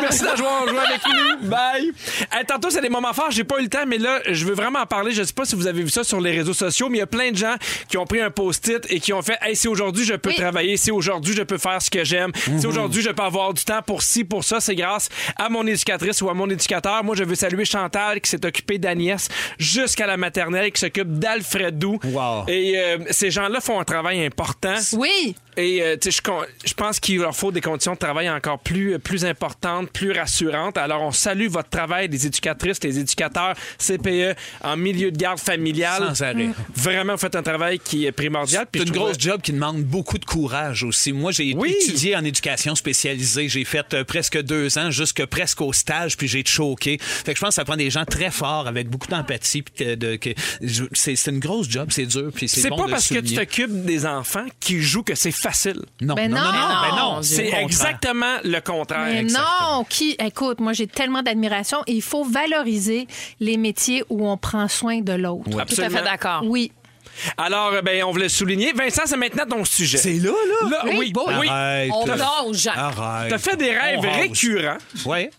B: merci d'avoir joué avec nous. Bye. Hey, tantôt, c'est des moments forts. J'ai pas eu le temps, mais là, je veux vraiment en parler. Je sais pas si vous avez vu ça sur les réseaux sociaux, mais il y a plein de gens qui ont pris un post-it et qui ont fait Hey, c'est aujourd'hui, je peux
D: Oui.
B: travailler. C'est aujourd'hui, je peux faire ce que j'aime. C'est aujourd'hui, je peux avoir du temps pour ci, pour ça. C'est grâce à mon éducatrice ou à mon éducateur. Moi, je veux saluer Chantal qui s'est occupée d'Agnès jusqu'à la maternelle, qui s'occupe d'Alfredou.
A: Wow.
B: Et euh, ces gens-là font un travail important.
D: Oui.
B: Et euh, tu sais, je con- je pense qu'il leur faut des conditions de travail encore plus, euh, plus importantes, plus rassurantes. Alors, on salue votre travail, les éducatrices, les éducateurs, CPE, en milieu de garde familiale.
A: Sans arrêt.
B: Vraiment, vous faites un travail qui est primordial. Puis
A: C'est
B: je
A: une
B: trouve-
A: grosse job qui demande beaucoup de courage aussi. Moi, j'ai
B: Oui.
A: étudié en éducation spécialisée. J'ai fait euh, presque deux ans, jusque presque au stage, puis j'ai choqué. Fait que je pense que ça prend des gens très forts, avec beaucoup d'empathie. puis de- de- que- je- C'est c'est une grosse job, c'est dur, puis c'est
B: C'est
A: bon
B: pas
A: de
B: parce que tu
A: souligner.
B: t'occupes des enfants qui jouent que c'est facile.
A: Non,
D: Ben
A: non, non,
D: non,
A: non, ben
D: non,
A: non, c'est
B: C'est
A: le contraire.
B: exactement le contraire.
D: Mais non, qui écoute, moi j'ai tellement d'admiration et il faut valoriser les métiers où on prend soin de l'autre.
C: Tout à
B: Absolument.
C: fait d'accord.
D: Oui.
B: Alors, euh, ben, on voulait souligner. Vincent, c'est maintenant ton sujet.
A: C'est là, là.
B: Là, oui, oui.
A: Arrête.
C: On longe, Jacques.
A: Arrête.
B: T'as fait des rêves
A: On rase.
B: récurrents,
A: Ouais.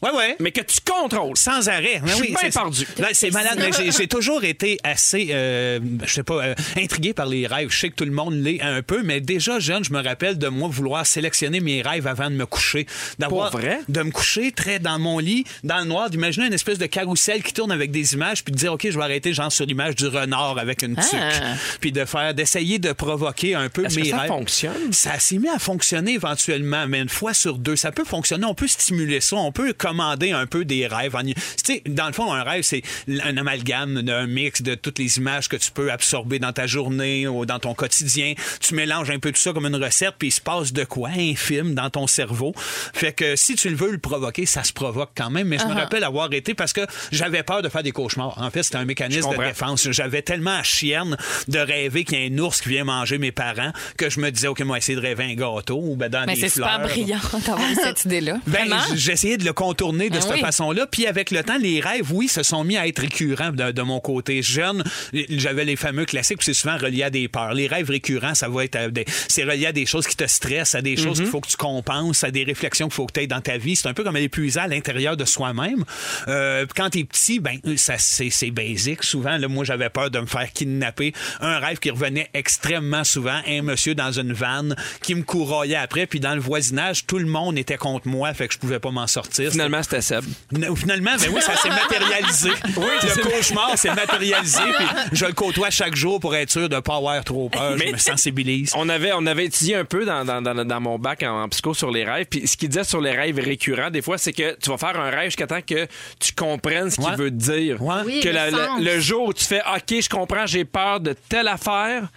A: Ouais, ouais.
B: mais que tu contrôles.
A: Sans arrêt. Mais
B: Je suis
A: oui,
B: bien
A: c'est-
B: perdu.
A: Là, C'est malade. mais j'ai- J'ai toujours été assez, euh, je sais pas, euh, intrigué par les rêves. Je sais que tout le monde l'est un peu, mais déjà jeune, je me rappelle de moi vouloir sélectionner mes rêves avant de me coucher. D'avoir,
B: Pour vrai?
A: De me coucher très dans mon lit, dans le noir, d'imaginer une espèce de carrousel qui tourne avec des images, puis de dire, OK, je vais arrêter, genre, sur l'image du renard avec une tuque. Puis de faire, d'essayer de provoquer un peu
B: Ah. Est-ce que
A: mes
B: ça
A: rêves.
B: fonctionne?
A: Ça s'est mis à fonctionner éventuellement, mais une fois sur deux, ça peut fonctionner. On peut stimuler ça, on peut commander un peu des rêves. en- Tu sais, dans le fond, un rêve, c'est l- un amalgame, un mix de toutes les images que tu peux absorber dans ta journée ou dans ton quotidien. Tu mélanges un peu tout ça comme une recette, puis il se passe de quoi infime dans ton cerveau. Fait que si tu le veux le provoquer, ça se provoque quand même. Mais je me
B: Uh-huh.
A: rappelle avoir été parce que j'avais peur de faire des cauchemars. En fait, c'était un mécanisme de
B: comprends.
A: défense. J'avais tellement à chienne de rêver qu'il y a un ours qui vient manger mes parents que je me disais, OK, moi, essayer de rêver un gâteau ou ben, dans
C: Mais
A: des
C: c'est
A: fleurs.
C: super brillant d'avoir eu cette idée-là.
A: Ben,
C: Vraiment?
A: j- j'essayais de le contourner de
C: Ah
A: cette
C: oui.
A: façon-là. Puis avec le temps, les rêves, oui, se sont mis à être récurrents de, de mon côté. Jeune, j'avais les fameux classiques, où c'est souvent relié à des peurs. Les rêves récurrents, ça va être à des- c'est relié à des choses qui te stressent, à des choses qu'il faut que tu compenses, à des réflexions qu'il faut que tu aies dans ta vie. C'est un peu comme l'épuiser à l'intérieur de soi-même. Euh, quand t'es petit, ben ça c'est c'est basique. Souvent, là, moi, j'avais peur de me faire kidnapper. Un rêve qui revenait extrêmement souvent, un monsieur dans une vanne qui me courroyait après, puis dans le voisinage, tout le monde était contre moi, fait que je pouvais pas m'en sortir.
B: Finalement, c'était Seb.
A: N- Finalement, ben oui, ça s'est matérialisé. le cauchemar s'est matérialisé, puis je le côtoie chaque jour pour être sûr de pas avoir trop peur.
B: Mais-
A: je me sensibilise.
B: On avait, on avait étudié un peu dans, dans, dans, dans mon bac en, en psycho sur les rêves. Puis ce qu'il disait sur les rêves récurrents, des fois, c'est que tu vas faire un rêve jusqu'à temps que tu comprennes ce qu'il
A: Ouais.
B: veut te dire.
A: Ouais.
D: Oui,
B: que
D: le
B: la-
D: sens.
B: le, le jour où tu fais OK, je comprends, j'ai peur de telle affaire.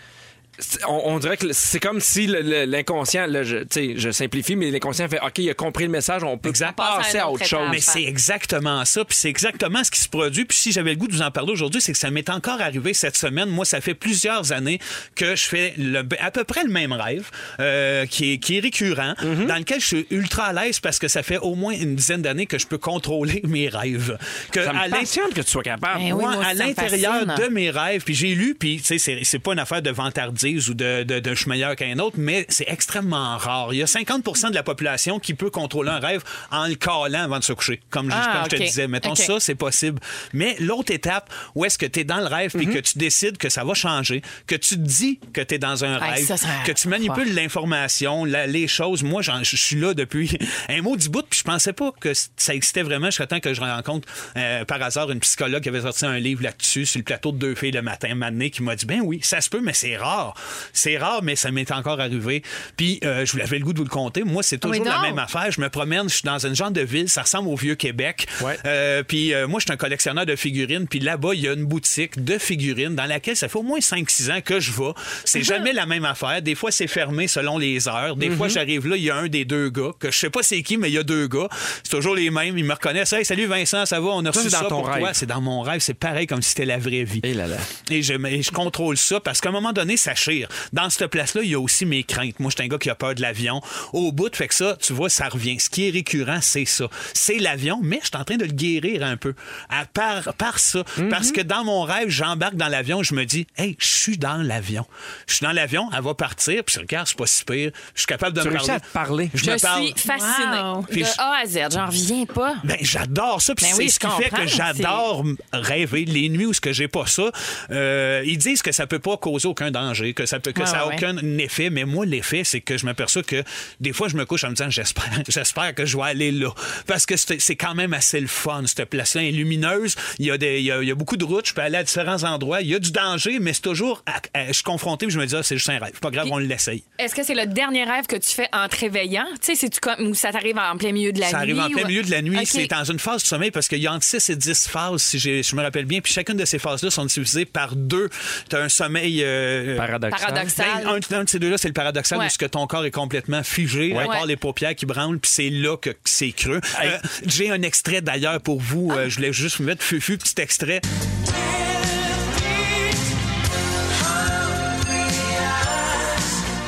B: c'est- On, on dirait que c'est comme si le- le- l'inconscient, là, je, tu sais, je simplifie, mais l'inconscient fait OK, il a compris le message, on peut
A: Exact.
B: passer à
C: Passer à une
B: autre
C: autre
B: chose.
C: étape.
A: Mais c'est exactement ça, puis c'est exactement ce qui se produit. Puis si j'avais le goût de vous en parler aujourd'hui, c'est que ça m'est encore arrivé cette semaine. Moi, ça fait plusieurs années que je fais le- ben, à peu près le même rêve, euh, qui, est, qui est récurrent,
B: Mm-hmm.
A: dans lequel je suis ultra à l'aise parce que ça fait au moins une dizaine d'années que je peux contrôler mes rêves. Que
B: Ça
A: à
B: me
A: l'in-
B: passionne que tu sois capable.
C: Ben oui,
A: moi,
C: moi aussi,
A: à
C: ça me
A: l'intérieur
C: fascine.
A: de mes rêves, puis j'ai lu, puis tu sais, c'est, c'est pas une affaire de vantardise ou de, de, de je suis meilleur qu'un autre, mais c'est extrêmement rare. Il y a 50 de la population qui peut contrôler un rêve en le calant avant de se coucher, comme, je-
C: Ah,
A: comme je te
C: ok.
A: disais. Mettons
C: Ok.
A: ça, c'est possible. Mais l'autre étape, où est-ce que tu es dans le rêve,
C: Mhm.
A: puis que tu décides que ça va changer, que tu te dis que tu es dans un
C: Ah,
A: rêve,
C: ça, ça-
A: que tu manipules l'information, la- les choses. Moi, j'en- je suis là depuis un mot du bout, puis je pensais pas que c- ça existait vraiment jusqu'à temps que je rencontre euh, par hasard une psychologue qui avait sorti un livre là-dessus sur le plateau de deux filles le matin, matin qui m'a dit ben oui, ça se peut, mais c'est rare, c'est rare, mais ça m'est encore arrivé. Puis euh, je vous avais le goût de vous le compter. Moi, c'est toujours
D: Oui,
A: la
D: donc.
A: même affaire. Je me promène, je suis dans une genre de ville, ça ressemble au vieux Québec.
B: Ouais.
A: Euh, puis euh, moi, je suis un collectionneur de figurines. Puis là-bas, il y a une boutique de figurines dans laquelle ça fait au moins 5-6 ans que je vais.
B: Mhm.
A: C'est jamais la même affaire. Des fois, c'est fermé selon les heures. Des
B: Mhm.
A: fois, j'arrive là, il y a un des deux gars, que je sais pas c'est qui, mais il y a deux gars. C'est toujours les mêmes. Ils me reconnaissent. Hey, salut Vincent, ça va? On a
B: Ça,
A: reçu
B: c'est
A: ça
B: dans ton
A: pour
B: rêve.
A: toi. C'est dans mon rêve. C'est pareil comme si c'était la vraie vie.
B: Eh là là.
A: Et je, mais je contrôle ça parce qu'à un moment donné, ça m'affranchir. Dans cette place-là, il y a aussi mes craintes. Moi, je suis un gars qui a peur de l'avion. Au bout, fait que ça, tu vois, ça revient. Ce qui est récurrent, c'est ça. C'est l'avion, mais je suis en train de le guérir un peu. À par, par ça.
B: Mhm.
A: Parce que dans mon rêve, j'embarque dans l'avion, je me dis, hey, je suis dans l'avion. Je suis dans l'avion, elle va partir, puis je regarde, c'est pas si pire. Je suis capable de
B: Tu
A: me
B: réussis
A: parler.
B: à te parler.
A: Je,
C: Je
A: me parle.
C: suis fascinée.
D: Wow.
A: Puis
C: De
A: je-
C: A à Z, j'en reviens pas.
A: Ben, j'adore ça. Puis
C: Ben
A: c'est
C: oui,
A: ce
C: je
A: qui fait
C: comprends,
A: que j'adore m- rêver les nuits où ce que j'ai pas ça. Euh, ils disent que ça peut pas causer aucun danger, que ça peut, que
C: Ouais,
A: ça a
C: Ah ouais,
A: aucun effet. Mais moi, l'effet, c'est que je m'aperçois que des fois, je me couche en me disant, j'espère, j'espère que je vais aller là. Parce que c'est c'est quand même assez le fun. Cette place-là est lumineuse. Il y a des, il y a, il y a beaucoup de routes. Je peux aller à différents endroits. Il y a du danger, mais c'est toujours, à- à- je suis confronté. puis je me dis, ah, c'est juste un rêve. Pas grave, on l'essaye.
C: Est-ce que c'est le dernier rêve que tu fais en te réveillant? Tu sais, c'est-tu comme, ou ça t'arrive en plein milieu de la
A: ça
C: nuit?
A: arrive en plein
C: ou-
A: milieu de la nuit.
C: OK.
A: C'est dans une phase de sommeil parce qu'il y a entre 6 et 10 phases, si j'ai- je me rappelle bien. Puis chacune de ces phases-là sont divisées par deux. Tu as un sommeil. euh,
B: Paradoxal.
C: Paradoxal.
A: ben, un, un de ces deux-là, c'est le paradoxal
C: Ouais.
A: où ce que ton corps est complètement figé, à part
C: Ouais.
A: les paupières qui branlent, puis c'est là que c'est creux. Euh, J'ai un extrait d'ailleurs pour vous. Euh, je voulais juste vous mettre fufu, petit extrait.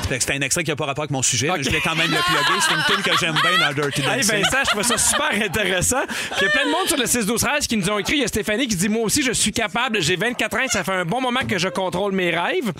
A: Fait que C'est un extrait qui n'a pas rapport avec mon sujet, mais je voulais quand même le plugger. C'est une tune que j'aime bien dans Dirty
B: Hey ben,
A: Dancing.
B: Vincent, je trouve ça super intéressant. Puis Il y a plein de monde sur le 6 12 13 qui nous ont écrit. Il y a Stéphanie qui dit Moi aussi, je suis capable. J'ai 24 ans. Ça fait un bon moment que je contrôle mes rêves.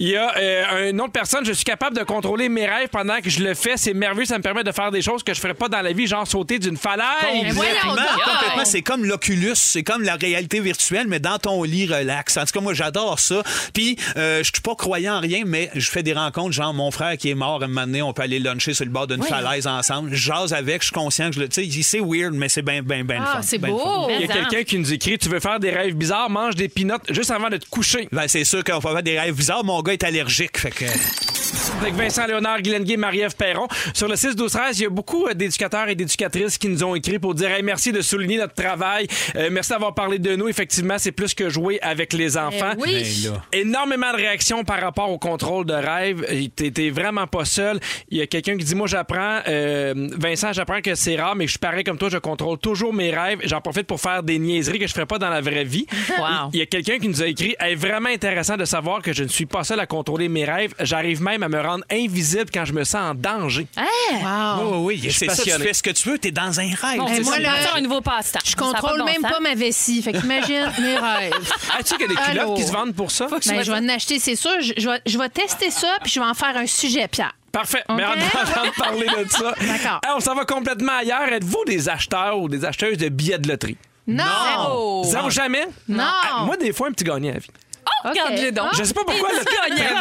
B: Il y a euh, une autre personne Je suis capable de contrôler mes rêves pendant que je le fais. C'est merveilleux. Ça me permet de faire des choses que je ferais pas dans la vie, genre sauter d'une falaise.
A: Complètement,
C: voyons donc.
A: complètement. C'est comme l'Oculus, c'est comme la réalité virtuelle, mais dans ton lit relax. En tout cas, moi, j'adore ça. Puis, euh, je suis pas croyant en rien, mais je fais des rencontres, genre mon frère qui est mort, à un moment donné, on peut aller luncher sur le bord d'une falaise ensemble. Je Jase avec, je suis conscient que je le. Tu sais, c'est weird, mais c'est ben, bien, bien, bien
D: Ah, c'est beau.
C: hein,
B: Il y a quelqu'un qui nous écrit Tu veux faire des rêves bizarres, mange des peanuts juste avant de te coucher.
A: Ben, c'est sûr qu'on va faire des rêves bizarres. Mon gars est allergique. Fait que...
B: Avec Vincent Léonard, Guylaine Gay, Marie-Ève Perron. Sur le 6-12-13, il y a beaucoup euh, d'éducateurs et d'éducatrices qui nous ont écrit pour dire hey, merci de souligner notre travail. Euh, merci d'avoir parlé de nous. Effectivement, c'est plus que jouer avec les enfants.
D: Eh oui.
A: Ben là.
B: Énormément de réactions par rapport au contrôle de rêve. Euh, T'es t'es vraiment pas seul. Il y a quelqu'un qui dit Moi, j'apprends, euh, Vincent, j'apprends que c'est rare, mais je suis pareil comme toi, je contrôle toujours mes rêves. J'en profite pour faire des niaiseries que je ferais pas dans la vraie vie.
C: Wow.
B: Il y a quelqu'un qui nous a écrit est vraiment intéressant de savoir que je ne suis pas seul à contrôler mes rêves. J'arrive même à me rendre invisible quand je me sens en danger.
D: Ah. Wow.
A: oui, oui, c'est ça. Tu
B: passionné.
A: fais ce que tu veux, t'es dans un rêve.
D: Eh,
A: C'est
D: moi,
A: ça.
D: là,
C: C'est un nouveau passe-temps.
D: Je contrôle même pas ma vessie. Fait qu'imagine mes rêves.
B: Ah, tu sais qu'il y a des culottes
D: Allô.
B: qui se vendent pour ça?
D: Ben, je vais en acheter, c'est sûr. Je, je vais, je vais tester ça, puis je vais en faire un sujet, Pierre.
B: Parfait. Mais
D: Ok.
B: on va de parler de ça.
D: D'accord.
B: Eh, on s'en va complètement ailleurs. Êtes-vous des acheteurs ou des acheteuses de billets de loterie?
D: Non!
C: Oh.
B: Zéro jamais?
D: Non. Ah,
B: Ah, moi, des fois, un petit gagnant à vie.
D: OK.
C: Regarde-le donc.
B: Je sais pas pourquoi. Le...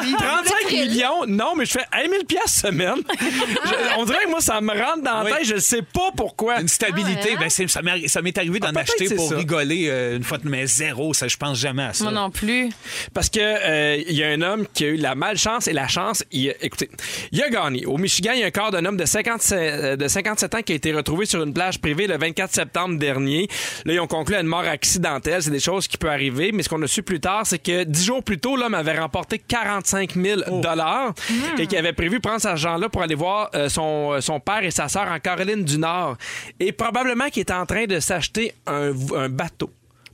B: 35 millions, non, mais je fais 1 000 piastres semaine. Je- on dirait que moi, ça me rentre dans la
A: Oui.
B: tête. Je sais pas pourquoi.
A: Une stabilité,
D: Ah ouais,
A: ben, c'est- ça m'est ça m'est arrivé d'en
B: Ah, peut-être
A: acheter
B: c'est
A: pour
B: ça.
A: rigoler euh, une fois, mais zéro, ça, je pense jamais à ça.
C: Moi non plus.
B: Parce que euh, il y a un homme qui a eu la malchance et la chance. Il, a- écoutez, il a gagné. Au Michigan, il y a un corps d'un homme de, 57 euh, de 57 ans qui a été retrouvé sur une plage privée le 24 septembre dernier. Là, ils ont conclu à une mort accidentelle. C'est des choses qui peuvent arriver. Mais ce qu'on a su plus tard, c'est que dix jours plus tôt, l'homme avait remporté 45 000 dollars et qu'il avait prévu prendre cet argent-là pour aller voir euh, son, euh, son père et sa sœur en Caroline du Nord. Et probablement qu'il était en train de s'acheter un- un bateau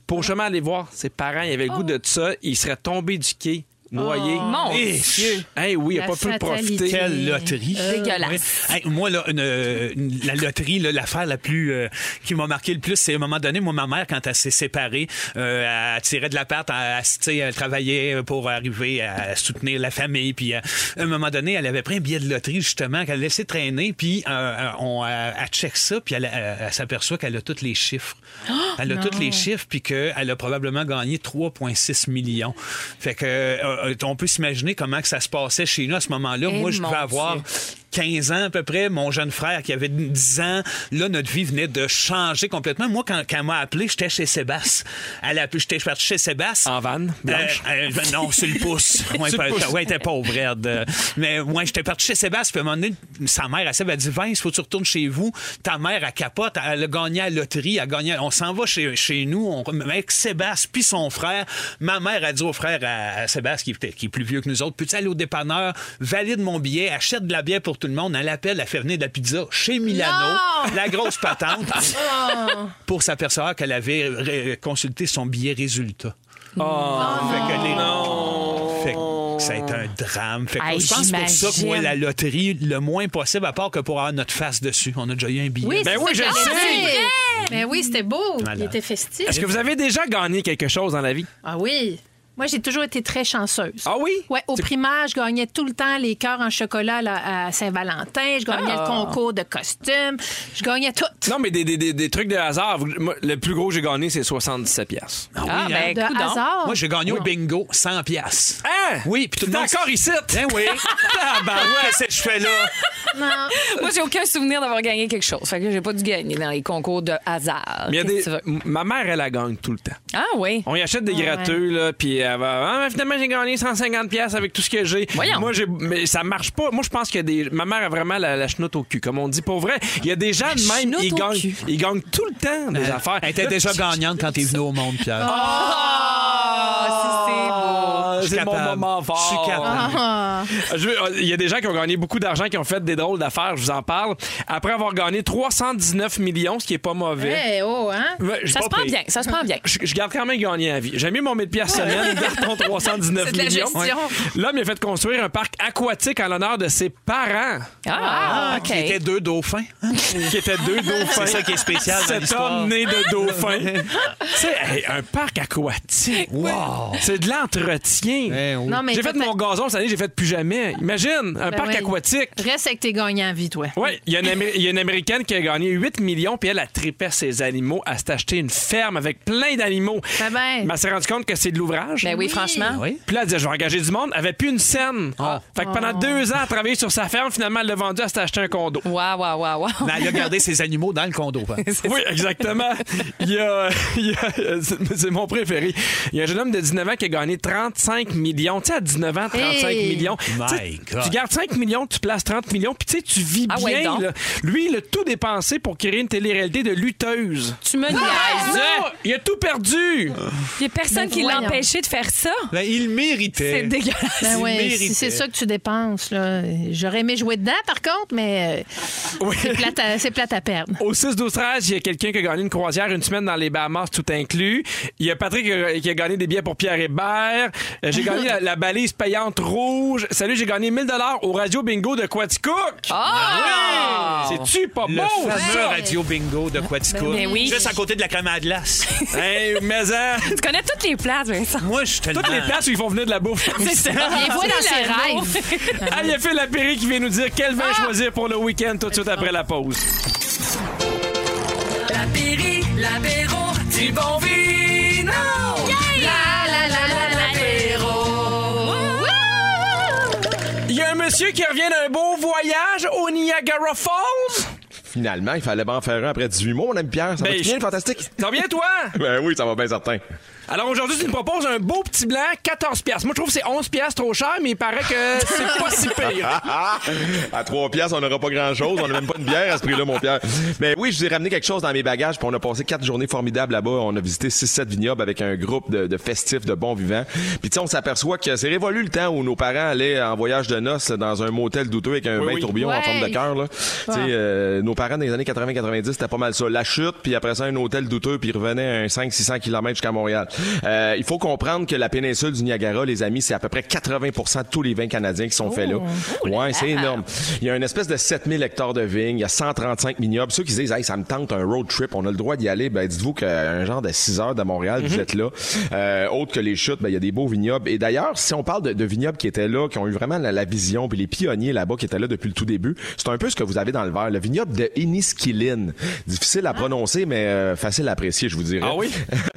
B: pour justement aller voir ses parents, il avait le goût de ça, il serait tombé du quai, noyé.
C: Mon
B: Eh,
C: Dieu.
B: hey, oui, il
D: Oh, La
B: n'a pas pu le
D: fatalité.
B: profiter.
A: Quelle loterie. Euh,
C: Dégueulasse.
A: Oui. Hey, moi, là, une, euh, une- la loterie, là, l'affaire la plus euh, qui m'a marqué le plus, c'est à un moment donné, moi, ma mère, quand elle s'est séparée, euh, elle tirait de l'appart, elle, elle, tu sais, elle travaillait pour arriver à soutenir la famille. Puis euh, à un moment donné, elle avait pris un billet de loterie, justement, qu'elle laissait traîner. Puis euh, on, elle, elle check ça, puis elle, elle- elle s'aperçoit qu'elle a tous les chiffres. elle a tous les chiffres, puis qu'elle a probablement gagné 3,6 millions. Fait que euh, euh, on peut s'imaginer comment que ça se passait chez nous à ce moment-là.
C: Eh,
A: moi, je
C: mon
A: devais avoir
C: Dieu.
A: 15 ans à peu près, mon jeune frère qui avait 10 ans, là, notre vie venait de changer complètement. Moi, quand, quand elle m'a appelé, j'étais chez Sébastien. Elle a appelé, j'étais parti chez Sébastien.
B: En vanne, blanche.
A: Euh, euh, ben non, sur le pouce. Ouais,
B: Sur le
A: pas-
B: pouce.
A: ouais, t'es pauvre, Ed. Euh, Mais ouais, j'étais parti chez Sébastien. Puis à un moment donné, sa mère, elle s'est dit Vince, faut que tu retournes chez vous. Ta mère, elle capote. Elle a gagné à la loterie. Elle a gagné. On s'en va chez, chez nous. On, avec Sébastien, puis son frère. Ma mère a dit au frère à, à Sébastien, qui, était- qui est plus vieux que nous autres Peux-tu aller au dépanneur Valide mon billet, achète de la bière pour tout le monde. Elle appelle, elle fait venir de la pizza chez Milano.
D: Non!
A: La grosse patente. pour s'apercevoir qu'elle avait ré- consulté son billet résultat.
B: Oh.
A: Fait que les- Fait que Ça a été un drame. Fait que
C: Hey,
A: je pense pour ça que moi,
C: j'imagine.
A: la loterie, le moins possible, à part que pour avoir notre face dessus. On a déjà eu un billet.
D: Oui,
B: Ben
D: c'est
B: oui,
D: ça
B: je
D: que-
B: le
D: Ah,
B: sais.
D: c'est vrai. Ben oui, c'était beau. Il
A: Malade.
D: était festif.
B: Est-ce que vous avez déjà gagné quelque chose dans la vie?
D: Ah oui. Moi, j'ai toujours été très chanceuse.
B: Ah oui?
D: Ouais, au
B: C'est-
D: primaire, je gagnais tout le temps les cœurs en chocolat là, à Saint-Valentin. Je gagnais
B: Ah.
D: le concours de costumes. Je gagnais tout.
B: Non, mais des, des- des- des trucs de hasard. Vous- moi, Le plus gros que j'ai gagné, c'est 77 piastres.
C: Ah,
A: Oui,
C: ben,
A: hein?
D: de
C: coudonc.
D: hasard.
A: Moi, j'ai gagné
D: Oh.
A: au bingo 100 pièces.
B: Hein?
A: Oui, puis tout le
B: T'es
A: monde...
B: encore ici?
A: Ben oui. Tabarouette, qu'est-ce que je fais là?
D: Non.
C: Moi, j'ai aucun souvenir d'avoir gagné quelque chose. Fait que j'ai pas dû gagner dans les concours de hasard.
B: Mais il y a
C: Qu'est-ce
B: des-
C: que tu veux?
B: M- Ma mère, elle la gagne tout le temps.
C: Ah oui.
B: On y achète des
D: Ah ouais.
B: gratteux, là, puis elle va. Ah, finalement, j'ai gagné 150$ piastres avec tout ce que j'ai.
C: Voyons.
B: Moi, j'ai, mais ça marche pas. Moi, je pense que des. Ma mère a vraiment la, la chenoute au cul, comme on dit. Pour vrai, il y a des gens de même,
C: chenoute
B: ils
C: au
B: gagnent,
C: cul.
B: ils gagnent tout le temps des affaires.
A: Elle était
B: Là,
A: déjà
B: tu-
A: gagnante quand t'es venu au monde, Pierre.
C: Ah, si c'est beau.
B: Ah,
A: Je suis
B: c'est mon
A: capable.
B: moment fort.
A: Je suis capable.
D: Ah.
B: Je veux- euh, Il y a des gens qui ont gagné beaucoup d'argent, qui ont fait des drôles d'affaires, je vous en parle. Après avoir gagné 319 millions, ce qui est pas mauvais.
D: Eh, oh, hein?
B: Ouais, je suis
C: Ça
B: pas
C: se prend
B: payé.
C: bien, ça se prend bien.
B: Je, je garde quand même gagné à vie. J'ai mis mon 1000 pièces semaine, garde ton 319
C: C'est de la
B: millions.
C: gestion.
B: L'homme il a fait construire un parc aquatique en l'honneur de ses parents,
C: Ah, OK.
A: Qui étaient deux dauphins.
B: qui étaient deux dauphins.
A: C'est ça qui est spécial dans
B: Cet
A: l'histoire.
B: homme né de dauphin. Tu sais, hey, un parc aquatique.
A: Wow!
B: C'est de l'entretien.
A: Eh oui.
D: Non, mais
B: J'ai fait
D: peut-être-
B: mon gazon cette année, j'ai fait plus jamais. Imagine, un
D: Ben
B: parc
D: oui.
B: aquatique.
D: Reste avec tes gagnants, vie, toi.
B: Oui, il y, a une Amé- il y a une Américaine qui a gagné 8 millions, puis elle a tripé ses animaux, à s'est acheté une ferme avec plein d'animaux.
D: Ben ben.
B: Mais elle s'est rendue compte que c'est de l'ouvrage.
C: Ben oui,
D: Oui.
C: franchement.
A: Oui. Ah.
B: Puis là, elle disait, je vais engager du monde. Elle avait plus une scène. Ah. Fait que
C: Ah.
B: pendant deux ans, elle a travaillé sur sa ferme. Finalement, elle l'a vendue, elle s'est acheté un condo.
C: Waouh, waouh, waouh, waouh.
A: Mais elle a gardé ses animaux dans le condo. hein. par exemple.
B: Oui, exactement. Il y a, il y a- euh, c'est c'est mon préféré. Il y a un jeune homme de 19 ans qui a gagné 35 millions. Tu sais, à 19 ans, 35
D: Hey!
B: millions. Tu sais,
A: My God.
B: Tu gardes 5 millions, tu places 30 millions, puis tu sais, tu vis
C: Ah ouais,
B: bien.
C: donc.
B: là. Lui, il a tout dépensé pour créer une télé-réalité de lutteuse.
C: Tu me niaises.
B: Ah! Il a tout
A: Ah.
B: perdu.
C: Il y a personne
D: Ben
C: qui l'a
D: voyons.
C: empêché de faire ça.
A: Ben, il méritait.
C: C'est dégueulasse.
D: Ben
A: Il
D: ouais,
A: méritait.
D: si c'est ça que tu dépenses, là, j'aurais aimé jouer dedans, par contre, mais euh,
B: Oui.
D: c'est plate, à- c'est plate à perdre.
B: Au 6-12-13, il y a quelqu'un qui a gagné une croisière une semaine dans les Bahamas, tout inclus. Il y a Patrick qui a- qui a gagné des billets pour Pierre Hébert. Euh, J'ai gagné la, la balise payante rouge. Salut, j'ai gagné 1000 au Radio Bingo de Quaticook.
C: Ah!
B: C'est-tu pas
A: Le
B: beau?
A: fameux
B: ça?
A: radio bingo de Quaticook.
C: Ben oui.
A: Juste à côté de la crème à glace.
B: Hey, mais hein,
C: Tu connais toutes les places, Vincent.
A: Moi, je suis tellement...
B: toutes les places où ils font venir de la bouffe.
D: Il voit dans ses
C: l'anneau.
D: rêves.
B: Ah, il y a Phil Lapéry qui vient nous dire quel
A: Ah!
B: vin choisir pour le week-end tout de suite après la pause.
C: l'apéro du bon vino.
D: La, la, la, la, la.
B: Il y a un monsieur qui revient d'un beau voyage au Niagara Falls.
J: Finalement, il fallait en faire un après 18 mois, mon ami Pierre. Ça
B: Ben,
J: va
B: je-
J: bien, le fantastique?
B: T'en viens, toi?
J: Ben oui, ça va bien certain.
B: Alors aujourd'hui, tu nous proposes un beau petit blanc, 14 piastres. Moi, je trouve que c'est 11 piastres trop cher, mais il paraît que c'est pas si pire.
J: Ah, ah! à 3 piastres, on n'aura pas grand-chose. On n'a même pas une bière à ce prix-là, mon Pierre. Mais oui, je vous ai ramené quelque chose dans mes bagages. Puis on a passé quatre journées formidables là-bas. On a visité 6-7 vignobles avec un groupe de, de festifs, de bons vivants. Puis tu sais, on s'aperçoit que c'est révolu le temps où nos parents allaient en voyage de noces dans un motel douteux avec un bain
B: oui.
J: tourbillon en
D: Ouais.
J: forme de cœur. là. Tu sais, euh, nos parents, dans les années 80-90, c'était pas mal ça. La chute, puis après ça, un hôtel douteux, puis revenait un 500-600 km jusqu'à Montréal. Euh, il faut comprendre que la péninsule du Niagara, les amis, c'est à peu près 80 de tous les vins canadiens qui sont faits Oh, là. Ouais, c'est énorme. Il y a une espèce de 7000 hectares de vignes, il y a 135 vignobles. Ceux qui disent, hey, ça me tente un road trip, on a le droit d'y aller, ben dites-vous qu'un genre de 6 heures de Montréal,
B: Mm-hmm.
J: vous êtes là. Euh, autre que les chutes, ben, il y a des beaux vignobles. Et d'ailleurs, si on parle de, de vignobles qui étaient là, qui ont eu vraiment la, la vision, puis les pionniers là-bas qui étaient là depuis le tout début, c'est un peu ce que vous avez dans le verre. Le vignoble de Enniskillen. Difficile à prononcer, mais euh, facile à apprécier, je vous dirais.
B: Ah oui?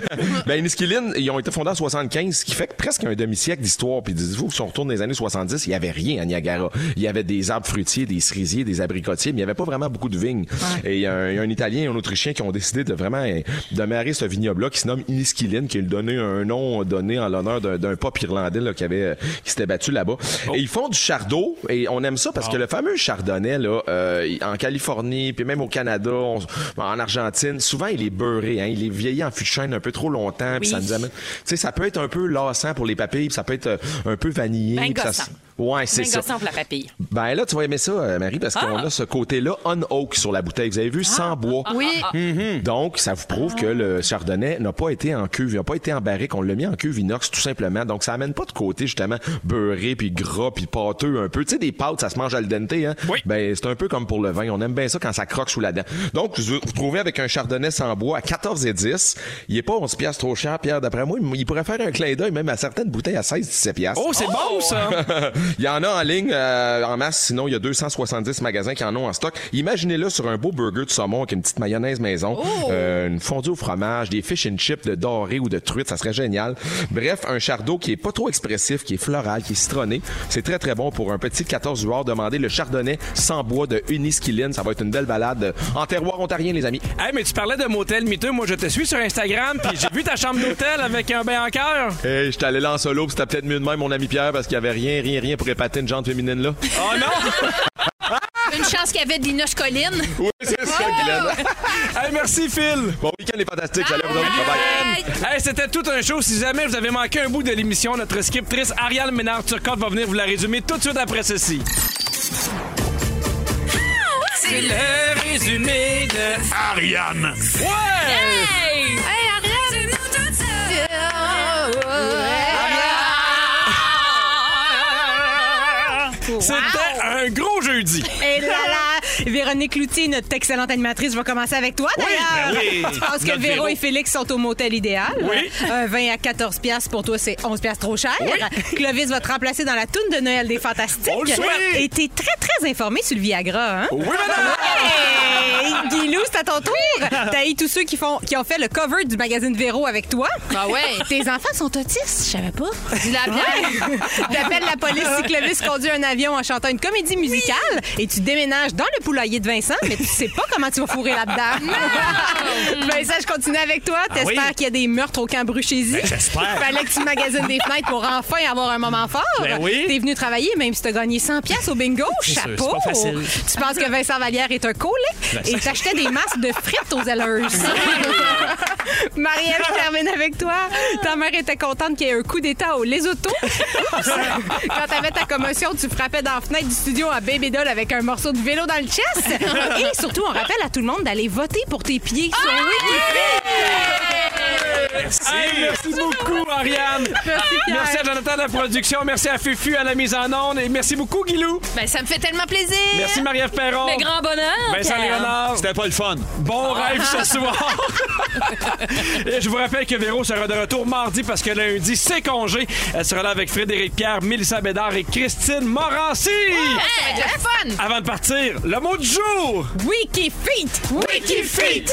J: ben, Niskilin, ils ont été fondés en 75, ce qui fait que presque un demi-siècle d'histoire. Puis dites-vous, si on retourne dans les années 70, il n'y avait rien à Niagara. Il y avait des arbres fruitiers, des cerisiers, des abricotiers, mais il n'y avait pas vraiment beaucoup de vignes. Et il y, a un- il y a un Italien et un Autrichien qui ont décidé de vraiment euh, demeurer ce vignoble-là qui se nomme Niskilin, qui est donné un nom donné en l'honneur d'un- d'un pop irlandais là, qui, avait, euh, qui s'était battu là-bas. Et ils font du chardeau, et on aime ça parce que le fameux chardonnay, là, euh, il- en Californie, puis même au Canada, on- en Argentine, souvent il est beurré, hein, il est vieilli en fût de chêne un peu trop longtemps, puis ça nous amène. Tu sais, ça peut être un peu lassant pour les papilles, puis ça peut être euh, un peu vanillé.
C: Ben
J: puis ça
C: gossant.
J: s- Ouais, c'est ça.
C: Gossant Ah. pour la papille.
J: Ben là, tu vas aimer ça, euh, Marie, parce qu'on a ce côté-là on oak sur la bouteille. Vous avez vu,
C: Ah.
J: sans bois.
B: Ah,
D: Oui.
J: Mhm. Donc, ça vous prouve que le chardonnay n'a pas été en cuve, il n'a pas été en barrique, on l'a mis en cuve inox tout simplement. Donc, ça amène pas de côté justement beurré puis gras puis pâteux un peu. Tu sais, des pâtes, ça se mange al dente. Hein? Ben, c'est un peu comme pour le vin. On aime bien ça quand ça croque sous la dent. Donc, vous vous trouvez avec un chardonnay sans bois à 14 et 10. Il est pas 11 piastres trop cher, Pierre. D'après moi, il pourrait faire un clin d'œil même à certaines bouteilles à 16, 17 piastres.
B: Oh, c'est bon, ça!
J: il y en a en ligne euh, en masse, sinon il y a 270 magasins qui en ont en stock. Imaginez-le sur un beau burger de saumon avec une petite mayonnaise maison, euh, une fondue au fromage, des fish and chips de doré ou de truite, ça serait génial. Bref, un chardeau qui est pas trop expressif, qui est floral, qui est citronné. C'est très très bon pour un petit 14 joueurs. Demandez le chardonnay sans bois de Uniskillin, ça va être une belle balade en terroir ontarien les amis.
B: Hey, mais tu parlais de motel miteux. Moi, je te suis sur Instagram, puis j'ai vu ta chambre d'hôtel avec un bain en cœur.
J: Hey, j'étais Eh, allé là en solo, puis c'était peut-être mieux de même mon ami Pierre parce qu'il y avait rien rien rien pour épater une jante féminine là.
B: Oh non!
D: Une chance qu'il y avait de l'inoscoline.
J: Oui, c'est ça, Guylaine.
B: hey, merci, Phil!
J: Bon week-end, les fantastiques. Salut, vous autres. Bye bye.
B: Hey, c'était tout un show. Si jamais vous avez manqué un bout de l'émission, notre scriptrice Ariane Ménard-Turcotte va venir vous la résumer tout de suite après ceci. C'est le résumé de
H: Ariane.
B: Ouais!
D: Hey, arrête!
B: C'était un gros jeudi.
L: Et là, là, Véronique Loutier, notre excellente animatrice, je vais commencer avec toi d'ailleurs.
B: ben oui.
L: Tu penses que
B: Notre
L: Véro
B: Véro.
L: et Félix sont au motel idéal?
B: Oui.
L: Un vin à 14 piastres, pour toi, c'est 11 piastres trop cher. Clovis va te remplacer dans la toune de Noël des Fantastiques.
B: On le souhaite.
L: Et t'es très, très informé sur le Viagra, hein?
B: Oui, madame!
L: Hey! Guilou, c'est à ton tour. T'as eu tous ceux qui, font, qui ont fait le cover du magazine Véro avec toi.
C: Ah ouais,
L: Tes enfants sont autistes, je savais pas.
C: dis-la bien.
L: T'appelles la police si Clovis conduit un avion en chantant une comédie musicale et tu déménages dans le poulailler de Vincent, mais tu sais pas comment tu vas fourrer là-dedans. Vincent, je continue avec toi. T'espères
A: Ah oui. Ben,
L: qu'il y a des meurtres au camp Bruchésie.
A: j'espère.
L: Fallait que tu magasines des fenêtres pour enfin avoir un moment fort.
A: Ben oui.
L: T'es venu travailler même si t'as gagné 100 pièces au bingo.
A: sûr,
L: Chapeau.
A: c'est pas facile. Ben,
L: Tu penses que Vincent Vallière est un colique et t'achetais des masques de frites aux alleuses. Marielle, je termine avec toi. Ta mère était contente qu'il y ait un coup d'état au Les Autos. Quand t'avais ta commotion, tu frappais dans la fenêtre du studio à Baby Doll avec un morceau de vélo dans le chest. Et surtout, on rappelle à tout le monde d'aller voter pour tes pieds.
D: Ah
L: sur Wikipédia.
B: Hey, merci beaucoup, Ariane.
L: Merci, Pierre.
B: Merci à Jonathan de la production. Merci à Fufu à la mise en onde. Et merci beaucoup, Guilou.
D: Ben, ça me fait tellement plaisir.
B: Merci, Marie-Ève Perron.
D: Le grand bonheur.
B: Vincent
D: Pierre.
B: Ben, Léonard.
A: C'était pas le fun.
B: Bon rêve ce soir. Et je vous rappelle que Véro sera de retour mardi parce que lundi, c'est congé. Elle sera là avec Frédéric Pierre, Mélissa Bédard et Christine Morancy.
D: Hey, le fun.
B: Avant de partir, le mot du jour.
L: Wiki Feet.